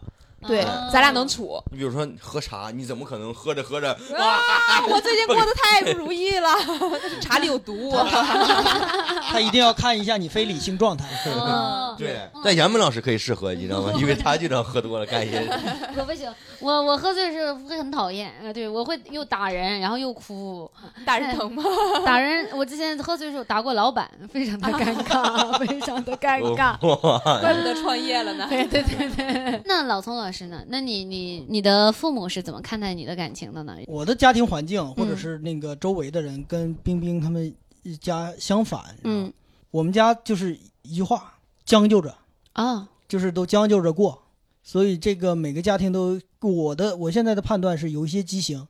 Speaker 3: 对
Speaker 2: 啊，
Speaker 3: 咱俩能处。
Speaker 6: 你比如说喝茶，你怎么可能喝着喝 着
Speaker 3: 啊！我最近过得太不如意 了，茶里有毒。啊
Speaker 4: 他一定要看一下你非理性状态。
Speaker 2: 哦，
Speaker 6: 对？但杨明老师可以适合，你 知道吗？因为他经常喝多了干一些。
Speaker 2: 我不行，我我喝醉是会很讨厌，呃，对我会又打人，然后又哭，
Speaker 3: 打人疼 吗？
Speaker 2: 打人。我之前喝醉的时候打过老板，非常的尴尬， 非常的尴尬。
Speaker 3: 怪不得创业了呢。
Speaker 2: 对对对对。 那老聪老师呢？那你你你的父母是怎么看待你的感情的呢？
Speaker 4: 我的家庭环境或者
Speaker 2: 嗯
Speaker 4: 是那个周围的人跟冰冰他们一家相反，
Speaker 2: 嗯，
Speaker 4: 我们家就是一句话，将就着，
Speaker 2: 哦，
Speaker 4: 就是都将就着过。所以这个每个家庭都，我的我现在的判断是有一些畸形，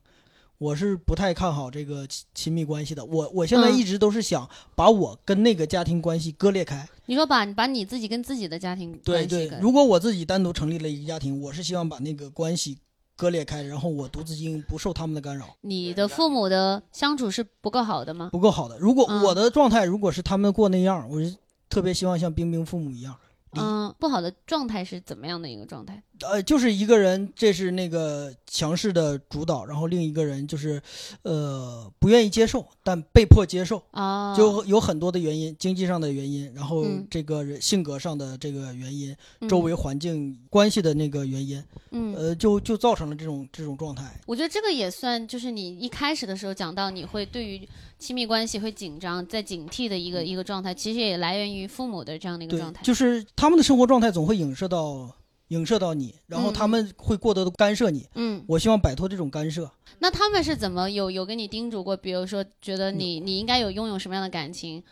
Speaker 4: 我是不太看好这个亲亲密关系的。我我现在
Speaker 2: 嗯
Speaker 4: 一直都是想把我跟那个家庭关系割裂开。
Speaker 2: 你说把把你自己跟自己的家庭关
Speaker 4: 对
Speaker 2: 系
Speaker 4: 对
Speaker 2: 跟，
Speaker 4: 如果我自己单独成立了一个家庭，我是希望把那个关系割裂开，然后我独自经营，不受他们的干扰。
Speaker 2: 你的父母的相处是不够好的吗？
Speaker 4: 不够好的。如果
Speaker 2: 嗯
Speaker 4: 我的状态如果是他们过那样，我是特别希望像冰冰父母一样，理
Speaker 2: 嗯，不好的状态是怎么样的一个状态？
Speaker 4: 呃，就是一个人这是那个强势的主导，然后另一个人就是，呃，不愿意接受，但被迫接受，
Speaker 2: 哦，
Speaker 4: 就有很多的原因，经济上的原因，然后
Speaker 2: 嗯
Speaker 4: 这个人性格上的这个原因，
Speaker 2: 嗯
Speaker 4: 周围环境关系的那个原因，
Speaker 2: 嗯。
Speaker 4: 呃，就就造成了这种这种状态。
Speaker 2: 我觉得这个也算，就是你一开始的时候讲到你会对于亲密关系会紧张、在警惕的一个一个状态，其实也来源于父母的这样的一个
Speaker 4: 嗯对
Speaker 2: 状态，。
Speaker 4: 就是他们的生活状态总会影射到影射到你，然后他们会过多的干涉你。
Speaker 2: 嗯，
Speaker 4: 我希望摆脱这种干涉。
Speaker 2: 那他们是怎么有有跟你叮嘱过？比如说，觉
Speaker 4: 嗯
Speaker 2: 得你你应该有拥有什么样的感情？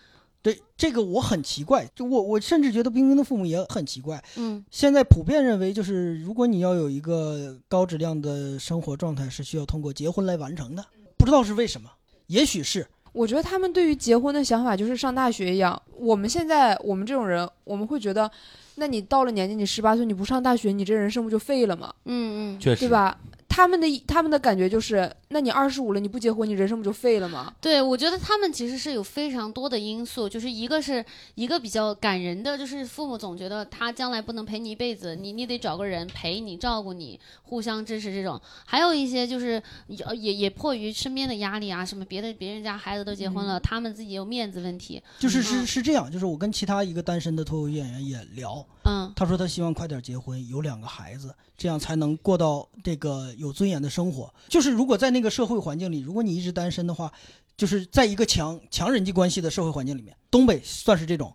Speaker 4: 对这个我很奇怪，就我我甚至觉得冰冰的父母也很奇怪。
Speaker 2: 嗯
Speaker 4: 现在普遍认为，就是如果你要有一个高质量的生活状态，是需要通过结婚来完成的。不知道是为什么，也许是
Speaker 3: 我觉得他们对于结婚的想法就是上大学一样。我们现在我们这种人，我们会觉得，那你到了年纪，你十八岁你不上大学，你这人生不就废了吗？
Speaker 2: 嗯嗯，
Speaker 6: 确
Speaker 3: 对吧？
Speaker 5: 他们的他们的感觉就是，那你二十五了，你不结婚，你人生不就废了吗？
Speaker 2: 对，我觉得他们其实是有非常多的因素，就是一个是一个比较感人的，就是父母总觉得他将来不能陪你一辈子，你你得找个人陪你、照顾你、互相支持这种。还有一些就是也也也迫于身边的压力啊，什么别的别人家孩子都结婚
Speaker 4: 嗯
Speaker 2: 了，他们自己有面子问题，
Speaker 4: 就是
Speaker 2: 嗯
Speaker 4: 是是这样，就是我跟其他一个单身的脱口秀演员也聊，
Speaker 2: 嗯
Speaker 4: 他说他希望快点结婚，有两个孩子，这样才能过到这个有尊严的生活。就是如果在那个社会环境里，如果你一直单身的话，就是在一个强强人际关系的社会环境里面，东北算是这种。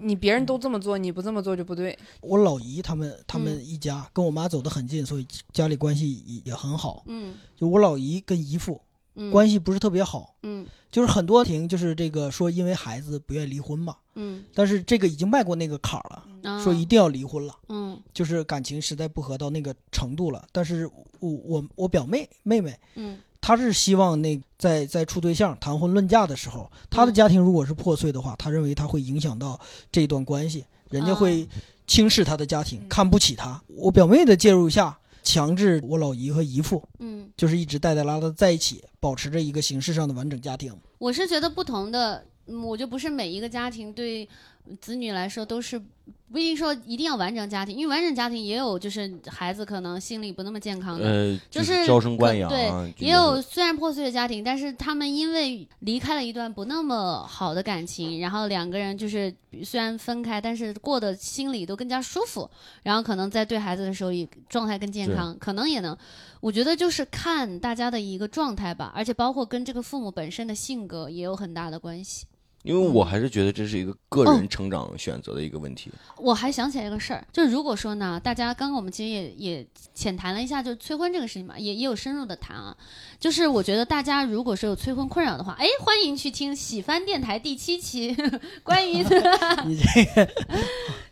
Speaker 5: 你别人都这么做，你不这么做就不对。
Speaker 4: 我老姨他们他们一家、跟我妈走得很近，所以家里关系也也很好。
Speaker 2: 嗯
Speaker 4: 就我老姨跟姨父
Speaker 2: 嗯，
Speaker 4: 关系不是特别好，
Speaker 2: 嗯
Speaker 4: 就是很多庭就是这个说因为孩子不愿意离婚嘛，
Speaker 2: 嗯，
Speaker 4: 但是这个已经迈过那个坎儿了，
Speaker 2: 啊
Speaker 4: 说一定要离婚了。
Speaker 2: 嗯
Speaker 4: 就是感情实在不合到那个程度了。但是我我我表妹妹妹，
Speaker 2: 嗯
Speaker 4: 她是希望那在在处对象谈婚论嫁的时候，她的家庭如果是破碎的话，她认为她会影响到这段关系，人家会轻视她的家庭，看不起她。我表妹的介入下，强制我老姨和姨父
Speaker 2: 嗯。
Speaker 4: 就是一直带带拉拉在一起，保持着一个形式上的完整家 庭。
Speaker 2: 我是觉得不同的，嗯，我就不是每一个家庭对子女来说都是不一定说一定要完整家庭，因为完整家庭也有就是孩子可能心理不那么健康的。
Speaker 6: 呃，
Speaker 2: 就是是
Speaker 6: 娇生惯
Speaker 2: 可
Speaker 6: 养啊，就
Speaker 2: 也有虽然破碎的家庭，但是他们因为离开了一段不那么好的感情，然后两个人就是虽然分开，但是过得心里都更加舒服，然后可能在对孩子的时候也状态更健康，可能也能，我觉得就是看大家的一个状态吧，而且包括跟这个父母本身的性格也有很大的关系。
Speaker 6: 因为我还是觉得这是一个个
Speaker 2: 哦
Speaker 6: 人成长选择的一个问题。
Speaker 2: 我还想起来一个事儿，就是如果说呢，大家刚刚我们其实也也浅谈了一下，就是催婚这个事情嘛，也也有深入的谈啊。就是我觉得大家如果是有催婚困扰的话，哎，欢迎去听喜翻电台第七期， 关于
Speaker 4: 你这个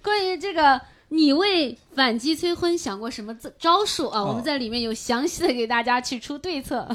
Speaker 2: 关于这个。你为反击催婚想过什么招招数啊？
Speaker 6: 哦
Speaker 2: 我们在里面有详细的给大家去出对策。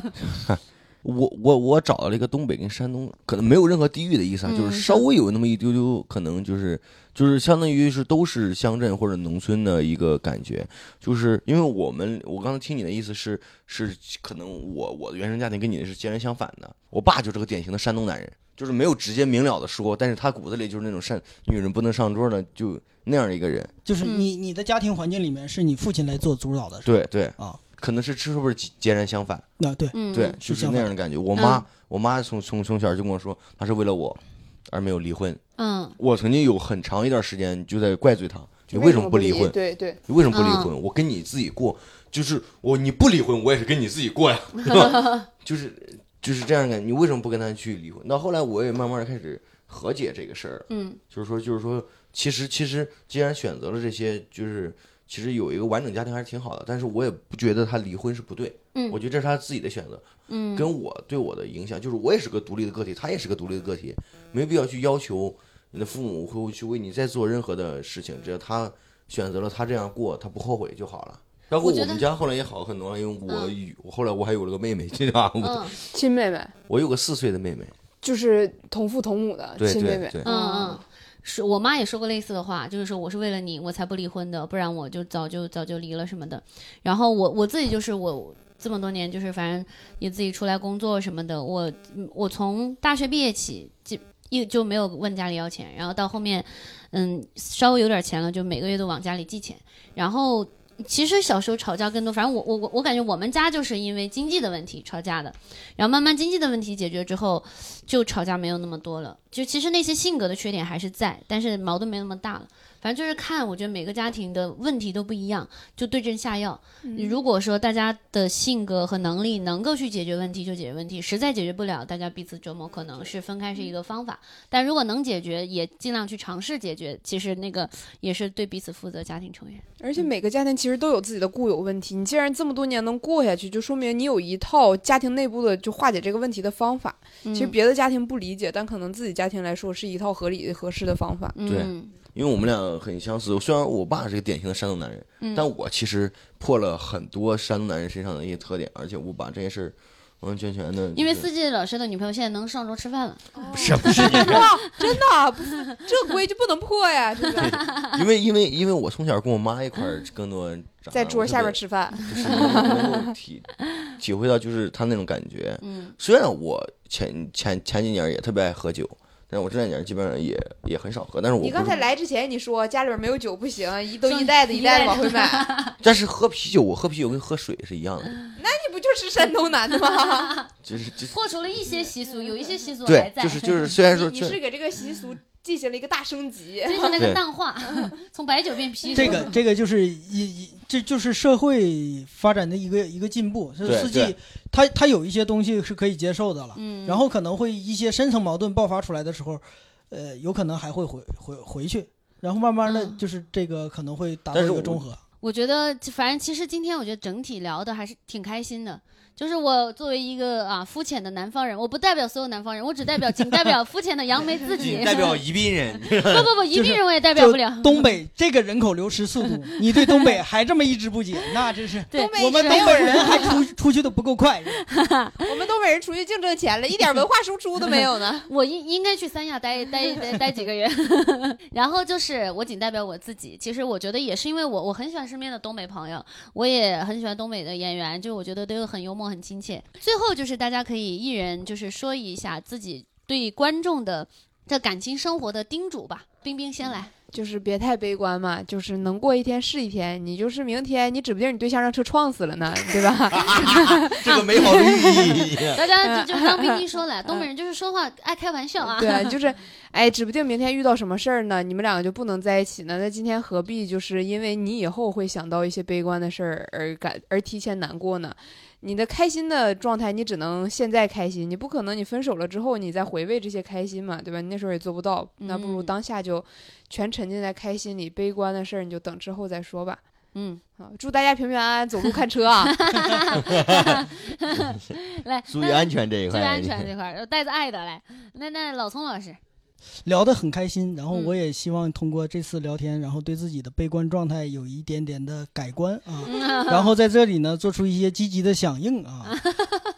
Speaker 6: 我我我找到了一个东北跟山东，可能没有任何地域的意思啊，
Speaker 2: 嗯
Speaker 6: 就是稍微有那么一丢丢，可能就是就是相当于是都是乡镇或者农村的一个感觉，就是因为我们我刚才听你的意思是是可能我我的原生家庭跟你的是截然相反的，我爸就是个典型的山东男人，就是没有直接明了的说，但是他骨子里就是那种善女人不能上桌的就那样一个人，
Speaker 4: 就是
Speaker 2: 嗯
Speaker 4: 你你的家庭环境里面是你父亲来做主导的，是吧
Speaker 6: 对对
Speaker 4: 啊，
Speaker 6: 可能是是不是截截然相反？
Speaker 4: 那对，
Speaker 2: 嗯，
Speaker 6: 对，
Speaker 4: 是
Speaker 6: 就是
Speaker 4: 相
Speaker 6: 那
Speaker 4: 反
Speaker 6: 样的感觉。我妈，
Speaker 2: 嗯
Speaker 6: 我妈从从从小就跟我说，她是为了我而没有离婚。
Speaker 2: 嗯，
Speaker 6: 我曾经有很长一段时间就在怪罪她，你为什么不离婚？
Speaker 5: 对对，
Speaker 6: 你为什么不离
Speaker 2: 嗯
Speaker 6: 婚？我跟你自己过，就是我你不离婚，我也是跟你自己 过呀，是吧就是就是这样的感觉。你为什么不跟她去离婚？到后来我也慢慢的开始和解这个事儿了，
Speaker 2: 嗯
Speaker 6: 就是说就是说，其实其实既然选择了这些，就是。其实有一个完整家庭还是挺好的，但是我也不觉得她离婚是不对，
Speaker 2: 嗯
Speaker 6: 我觉得这是她自己的选择。
Speaker 2: 嗯
Speaker 6: 跟我对我的影响，就是我也是个独立的个体，他也是个独立的个体，没必要去要求你的父母会去为你再做任何的事情，只要他选择了他这样过，他不后悔就好了。包括
Speaker 2: 我觉
Speaker 6: 我
Speaker 2: 得
Speaker 6: 们家后来也好很多了，因为我、我后来我还有了个妹妹，对吧？我
Speaker 2: 嗯
Speaker 5: 亲妹妹
Speaker 6: 我有个四岁的妹妹，
Speaker 5: 就是同父同母的
Speaker 6: 对
Speaker 5: 亲妹妹
Speaker 6: 对。对，
Speaker 2: 嗯嗯，是我妈也说过类似的话，就是说我是为了你，我才不离婚的，不然我就早就早就离了什么的。然后我我自己就是我这么多年就是反正也自己出来工作什么的，我嗯我从大学毕业起就一就没有问家里要钱，然后到后面嗯稍微有点钱了，就每个月都往家里寄钱，然后。其实小时候吵架更多，反正我我我我感觉我们家就是因为经济的问题吵架的，然后慢慢经济的问题解决之后，就吵架没有那么多了。就其实那些性格的缺点还是在，但是矛盾没那么大了。反正就是看，我觉得每个家庭的问题都不一样，就对症下药。如果说大家的性格和能力能够去解决问题，就解决问题；实在解决不了，大家彼此折磨，可能是分开是一个方法。但如果能解决，也尽量去尝试解决。其实那个也是对彼此负责家庭成员。
Speaker 5: 而且每个家庭其实都有自己的固有问题，你既然这么多年能过下去，就说明你有一套家庭内部的就化解这个问题的方法。其
Speaker 2: 嗯
Speaker 5: 实别的家庭不理解，但可能自己家庭来说是一套合理合适的方法。
Speaker 2: 嗯
Speaker 6: 对
Speaker 2: 嗯
Speaker 6: 因为我们俩很相似。虽然我爸是个典型的山东男人，
Speaker 2: 嗯
Speaker 6: 但我其实破了很多山东男人身上的一些特点，而且我把这些事儿，完全全的，
Speaker 2: 因为
Speaker 6: 就
Speaker 2: 四季老师的女朋友现在能上桌吃饭了，
Speaker 5: 哦
Speaker 6: 什么是你
Speaker 4: 啊
Speaker 6: 们？
Speaker 5: 啊
Speaker 3: 真的不是这规就不能破呀，是不 是？
Speaker 6: 因为因为因为我从小跟我妈一块儿更多长
Speaker 5: 嗯在
Speaker 6: 大
Speaker 5: 桌
Speaker 6: 我
Speaker 5: 下
Speaker 6: 特
Speaker 5: 边
Speaker 6: 别
Speaker 5: 吃饭，
Speaker 6: 就是能够体体会到就是他那种感 觉。
Speaker 2: 嗯，
Speaker 6: 虽然我前前前几年也特别爱喝酒，但是我这两年基本上也也很少喝，但是我
Speaker 5: 你
Speaker 6: 不
Speaker 5: 刚
Speaker 6: 是
Speaker 5: 才来之前你说家里边没有酒不行，一都
Speaker 2: 剩
Speaker 5: 一袋子
Speaker 2: 一
Speaker 5: 一袋
Speaker 2: 袋
Speaker 5: 子往回 买，
Speaker 6: 但是喝啤酒，我喝啤酒跟喝水是一样的，
Speaker 5: 那不就是山东男的吗？
Speaker 6: 就是就是
Speaker 2: 破除了一些习俗，有一些习俗还
Speaker 6: 对，
Speaker 2: 在，
Speaker 6: 就是就 是，虽然说
Speaker 5: 你
Speaker 6: 这
Speaker 5: 是给这个习俗进行了一个大升级。
Speaker 2: 追求那个
Speaker 6: 对
Speaker 2: 淡化，从白酒变啤酒。
Speaker 4: 这个这个就是一一，这就是社会发展的一个一个进步。就是
Speaker 6: 对
Speaker 4: 四
Speaker 6: 对
Speaker 4: 季，它它有一些东西是可以接受的了，
Speaker 2: 嗯，
Speaker 4: 然后可能会一些深层矛盾爆发出来的时候，呃，有可能还会回回回去，然后慢慢的
Speaker 2: 嗯
Speaker 4: 就是这个可能会达到
Speaker 6: 但
Speaker 4: 一
Speaker 6: 是
Speaker 4: 个
Speaker 6: 我
Speaker 4: 中和。
Speaker 2: 我觉得，反正其实今天我觉得整体聊的还是挺开心的。就是我作为一个啊肤浅的南方人，我不代表所有南方人，我只代表仅代表肤浅的杨梅自己。
Speaker 6: 宜宾 人，
Speaker 2: 不不不，一
Speaker 4: 就是
Speaker 2: 定人我也代表不了。
Speaker 4: 东北这个人口流失速度，你对东北还这么一知不解，那真是
Speaker 2: 对，
Speaker 4: 我们
Speaker 5: 没
Speaker 4: 东
Speaker 5: 有
Speaker 4: 北人还出出去都不够快。
Speaker 5: 我们东北人出去净挣钱了，一点文化输出都没有呢。
Speaker 2: 我应应该去三亚待待待待几个月，然后就是我仅代表我自己。其实我觉得也是因为我我很喜欢身边的东北朋友，我也很喜欢东北的演员，就我觉得都很幽默很亲切。最后就是大家可以一人就是说一下自己对观众的这感情生活的叮嘱吧。冰冰先
Speaker 4: 嗯
Speaker 2: 来，
Speaker 5: 就是别太悲观嘛，就是能过一天是一天。你就是明天，你指不定你对象让车撞死了呢，对吧？
Speaker 6: 这个美好的寓 意。
Speaker 2: 大家就就当冰冰说了，东北人就是说话爱开玩 笑啊。
Speaker 5: 嗯对，就是，哎，指不定明天遇到什么事儿呢，你们两个就不能在一起呢。那今天何必就是因为你以后会想到一些悲观的事儿而感而提前难过呢？你的开心的状态，你只能现在开心，你不可能你分手了之后你再回味这些开心嘛，对吧？你那时候也做不到，那不如
Speaker 2: 嗯
Speaker 5: 当下就全沉浸在开心里，悲观的事儿你就等之后再说吧。
Speaker 2: 嗯，
Speaker 5: 啊，祝大家平平安安，走路看车 啊！
Speaker 2: 来，
Speaker 6: 注意安全这一
Speaker 2: 注
Speaker 6: 块，
Speaker 2: 意安全这块儿，带着爱的来。那那老聪老师，
Speaker 4: 聊得很开心，然后
Speaker 2: 嗯
Speaker 4: 我也希望通过这次聊天，然后对自己的悲观状态有一点点的改观啊，
Speaker 2: 嗯
Speaker 4: 然后在这里呢做出一些积极的响应啊。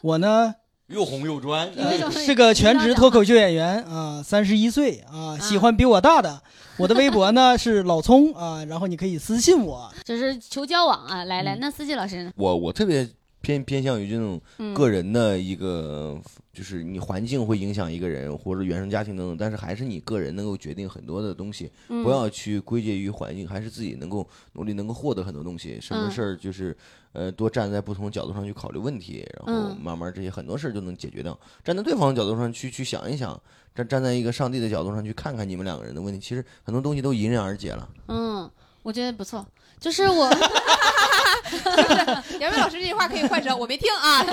Speaker 4: 我呢
Speaker 6: 又红又专嗯
Speaker 2: 有一种
Speaker 4: 是个全职脱口秀演员啊，三十一岁啊，喜欢比我大的。我的微博呢是老葱啊，然后你可以私信我。
Speaker 2: 就是求交往啊。来
Speaker 6: 嗯
Speaker 2: 来，那司机老师呢？
Speaker 6: 我我特别偏偏向于这种
Speaker 2: 嗯，
Speaker 6: 个人的一个，就是你环境会影响一个人，或者原生家庭等等，但是还是你个人能够决定很多的东西，
Speaker 2: 嗯
Speaker 6: 不要去归结于环境，还是自己能够努力能够获得很多东西。什么
Speaker 2: 嗯
Speaker 6: 事儿就是，呃，多站在不同角度上去考虑问题，然后
Speaker 2: 嗯
Speaker 6: 慢慢这些很多事儿就能解决掉。站在对方的角度上去去想一想，站站在一个上帝的角度上去看看你们两个人的问题，其实很多东西都迎刃而解了。
Speaker 2: 嗯，我觉得不错。就是我，
Speaker 5: 杨梅老师这句话可以换成我没听啊，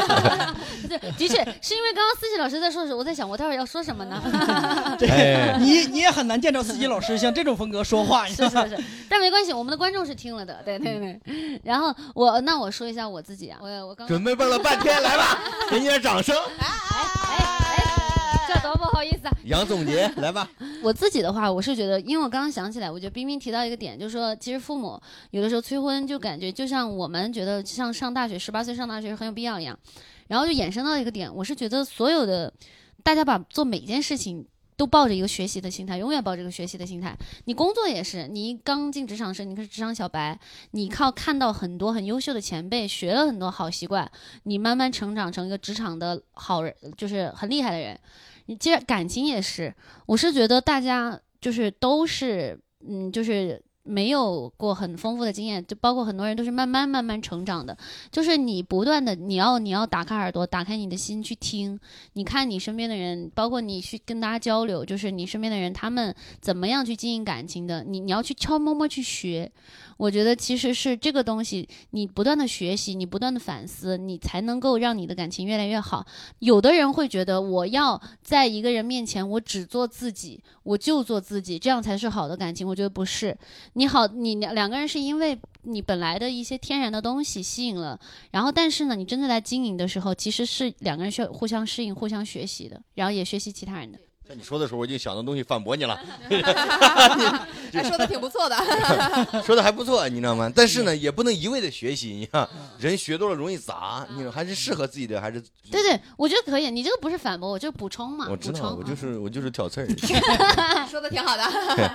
Speaker 2: 对，的确是因为刚刚思琪老师在说的时候，我在想我待会儿要说什么呢？
Speaker 6: 哎，
Speaker 4: 你你也很难见着司机老师像这种风格说话，你知
Speaker 2: 是
Speaker 4: 道吗
Speaker 2: 是是，但没关系，我们的观众是听了的，对对对。然后我那我说一下我自己啊，我我刚刚
Speaker 6: 备蹦了半天，来吧，给 你点掌声。
Speaker 2: 哎哎，这多不好意思啊，
Speaker 6: 杨总结，来吧。
Speaker 2: 我自己的话，我是觉得，因为我刚刚想起来，我觉得冰冰提到一个点，就是说，其实父母有的时候催婚，就感觉就像我们觉得像上大学，十八岁上大学是很有必要一样。然后就衍生到一个点，我是觉得所有的大家把做每件事情。都抱着一个学习的心态，永远抱着一个学习的心态。你工作也是，你刚进职场时，你可是职场小白，你靠看到很多很优秀的前辈，学了很多好习惯，你慢慢成长成一个职场的好人，就是很厉害的人。你接着感情也是，我是觉得大家就是都是，嗯，就是没有过很丰富的经验，就包括很多人都是慢慢慢慢成长的。就是你不断的，你要你要打开耳朵，打开你的心去听，你看你身边的人，包括你去跟大家交流，就是你身边的人他们怎么样去经营感情的，你你要去悄摸摸去学。我觉得其实是这个东西，你不断的学习，你不断的反思，你才能够让你的感情越来越好。有的人会觉得我要在一个人面前，我只做自己，我就做自己，这样才是好的感情。我觉得不是，你好，你两两个人是因为你本来的一些天然的东西吸引了，然后但是呢，你真正在经营的时候，其实是两个人需要互相适应、互相学习的，然后也学习其他人的。
Speaker 6: 在你说的时候，我已经想到东西反驳你了，
Speaker 7: 哎，说的挺不 错的。
Speaker 6: 说的还不错，你知道吗？但是
Speaker 2: 嗯
Speaker 6: 呢，也不能一味的学习，你看人学多了容易杂，你还是适合自己的，还是
Speaker 2: 嗯对对，我觉得可以。你这个不是反驳，我就是补充嘛，
Speaker 6: 我知
Speaker 2: 补充
Speaker 6: 道，
Speaker 2: 啊
Speaker 6: 我就是我就是挑刺 儿。
Speaker 7: 说的挺好的，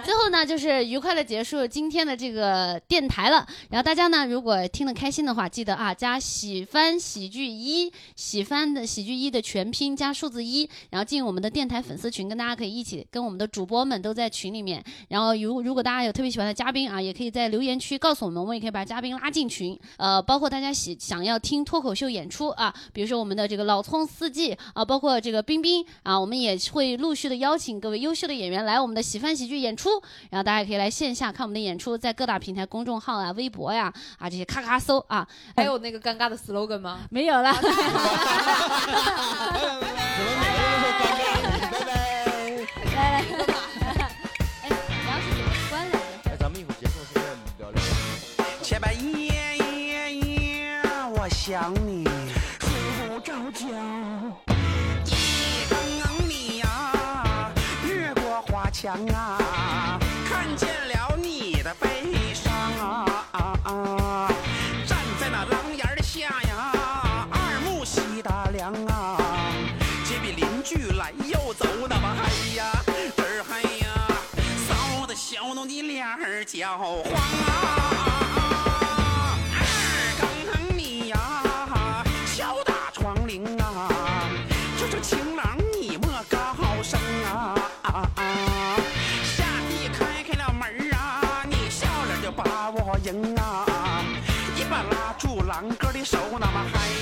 Speaker 2: 最后呢，就是愉快的结束今天的这个电台了。然后大家呢，如果听得开心的话，记得啊加喜翻喜剧一，喜翻的喜剧一的全拼加数字一，然后进我们的电台粉丝群，跟大家可以一起跟我们的主播们都在群里面。然后如如果大家有特别喜欢的嘉宾啊，也可以在留言区告诉我们，我们也可以把嘉宾拉进群。呃，包括大家喜想要听脱口秀演出啊，比如说我们的这个老葱四季啊，包括这个冰冰啊，我们也会陆续的邀请各位优秀的演员来我们的喜翻喜剧演出，然后大家也可以来线下看我们的演出，在各大平台公众号啊、微博呀啊这些咔咔搜啊，
Speaker 7: 还有那个尴尬的 slogan 吗？
Speaker 2: 没有了。哎，我要是怎么关来着？
Speaker 6: 哎，咱们一会儿结束是不是聊聊？
Speaker 8: 前半夜夜夜，我想你，睡不着觉。一更更你呀，啊越过花墙啊，看见了你的悲伤啊啊啊！站在那廊檐的下呀，二目西大梁啊，街边邻居来又走，那么嗨呀，嘚儿嗨呀，臊的小弄你脸儿焦黄啊！二更你呀，敲打窗棂啊，这这情郎你莫高声啊啊啊！下地开开了门儿啊，你笑脸就把我迎啊，一把拉住郎哥的手，那么嗨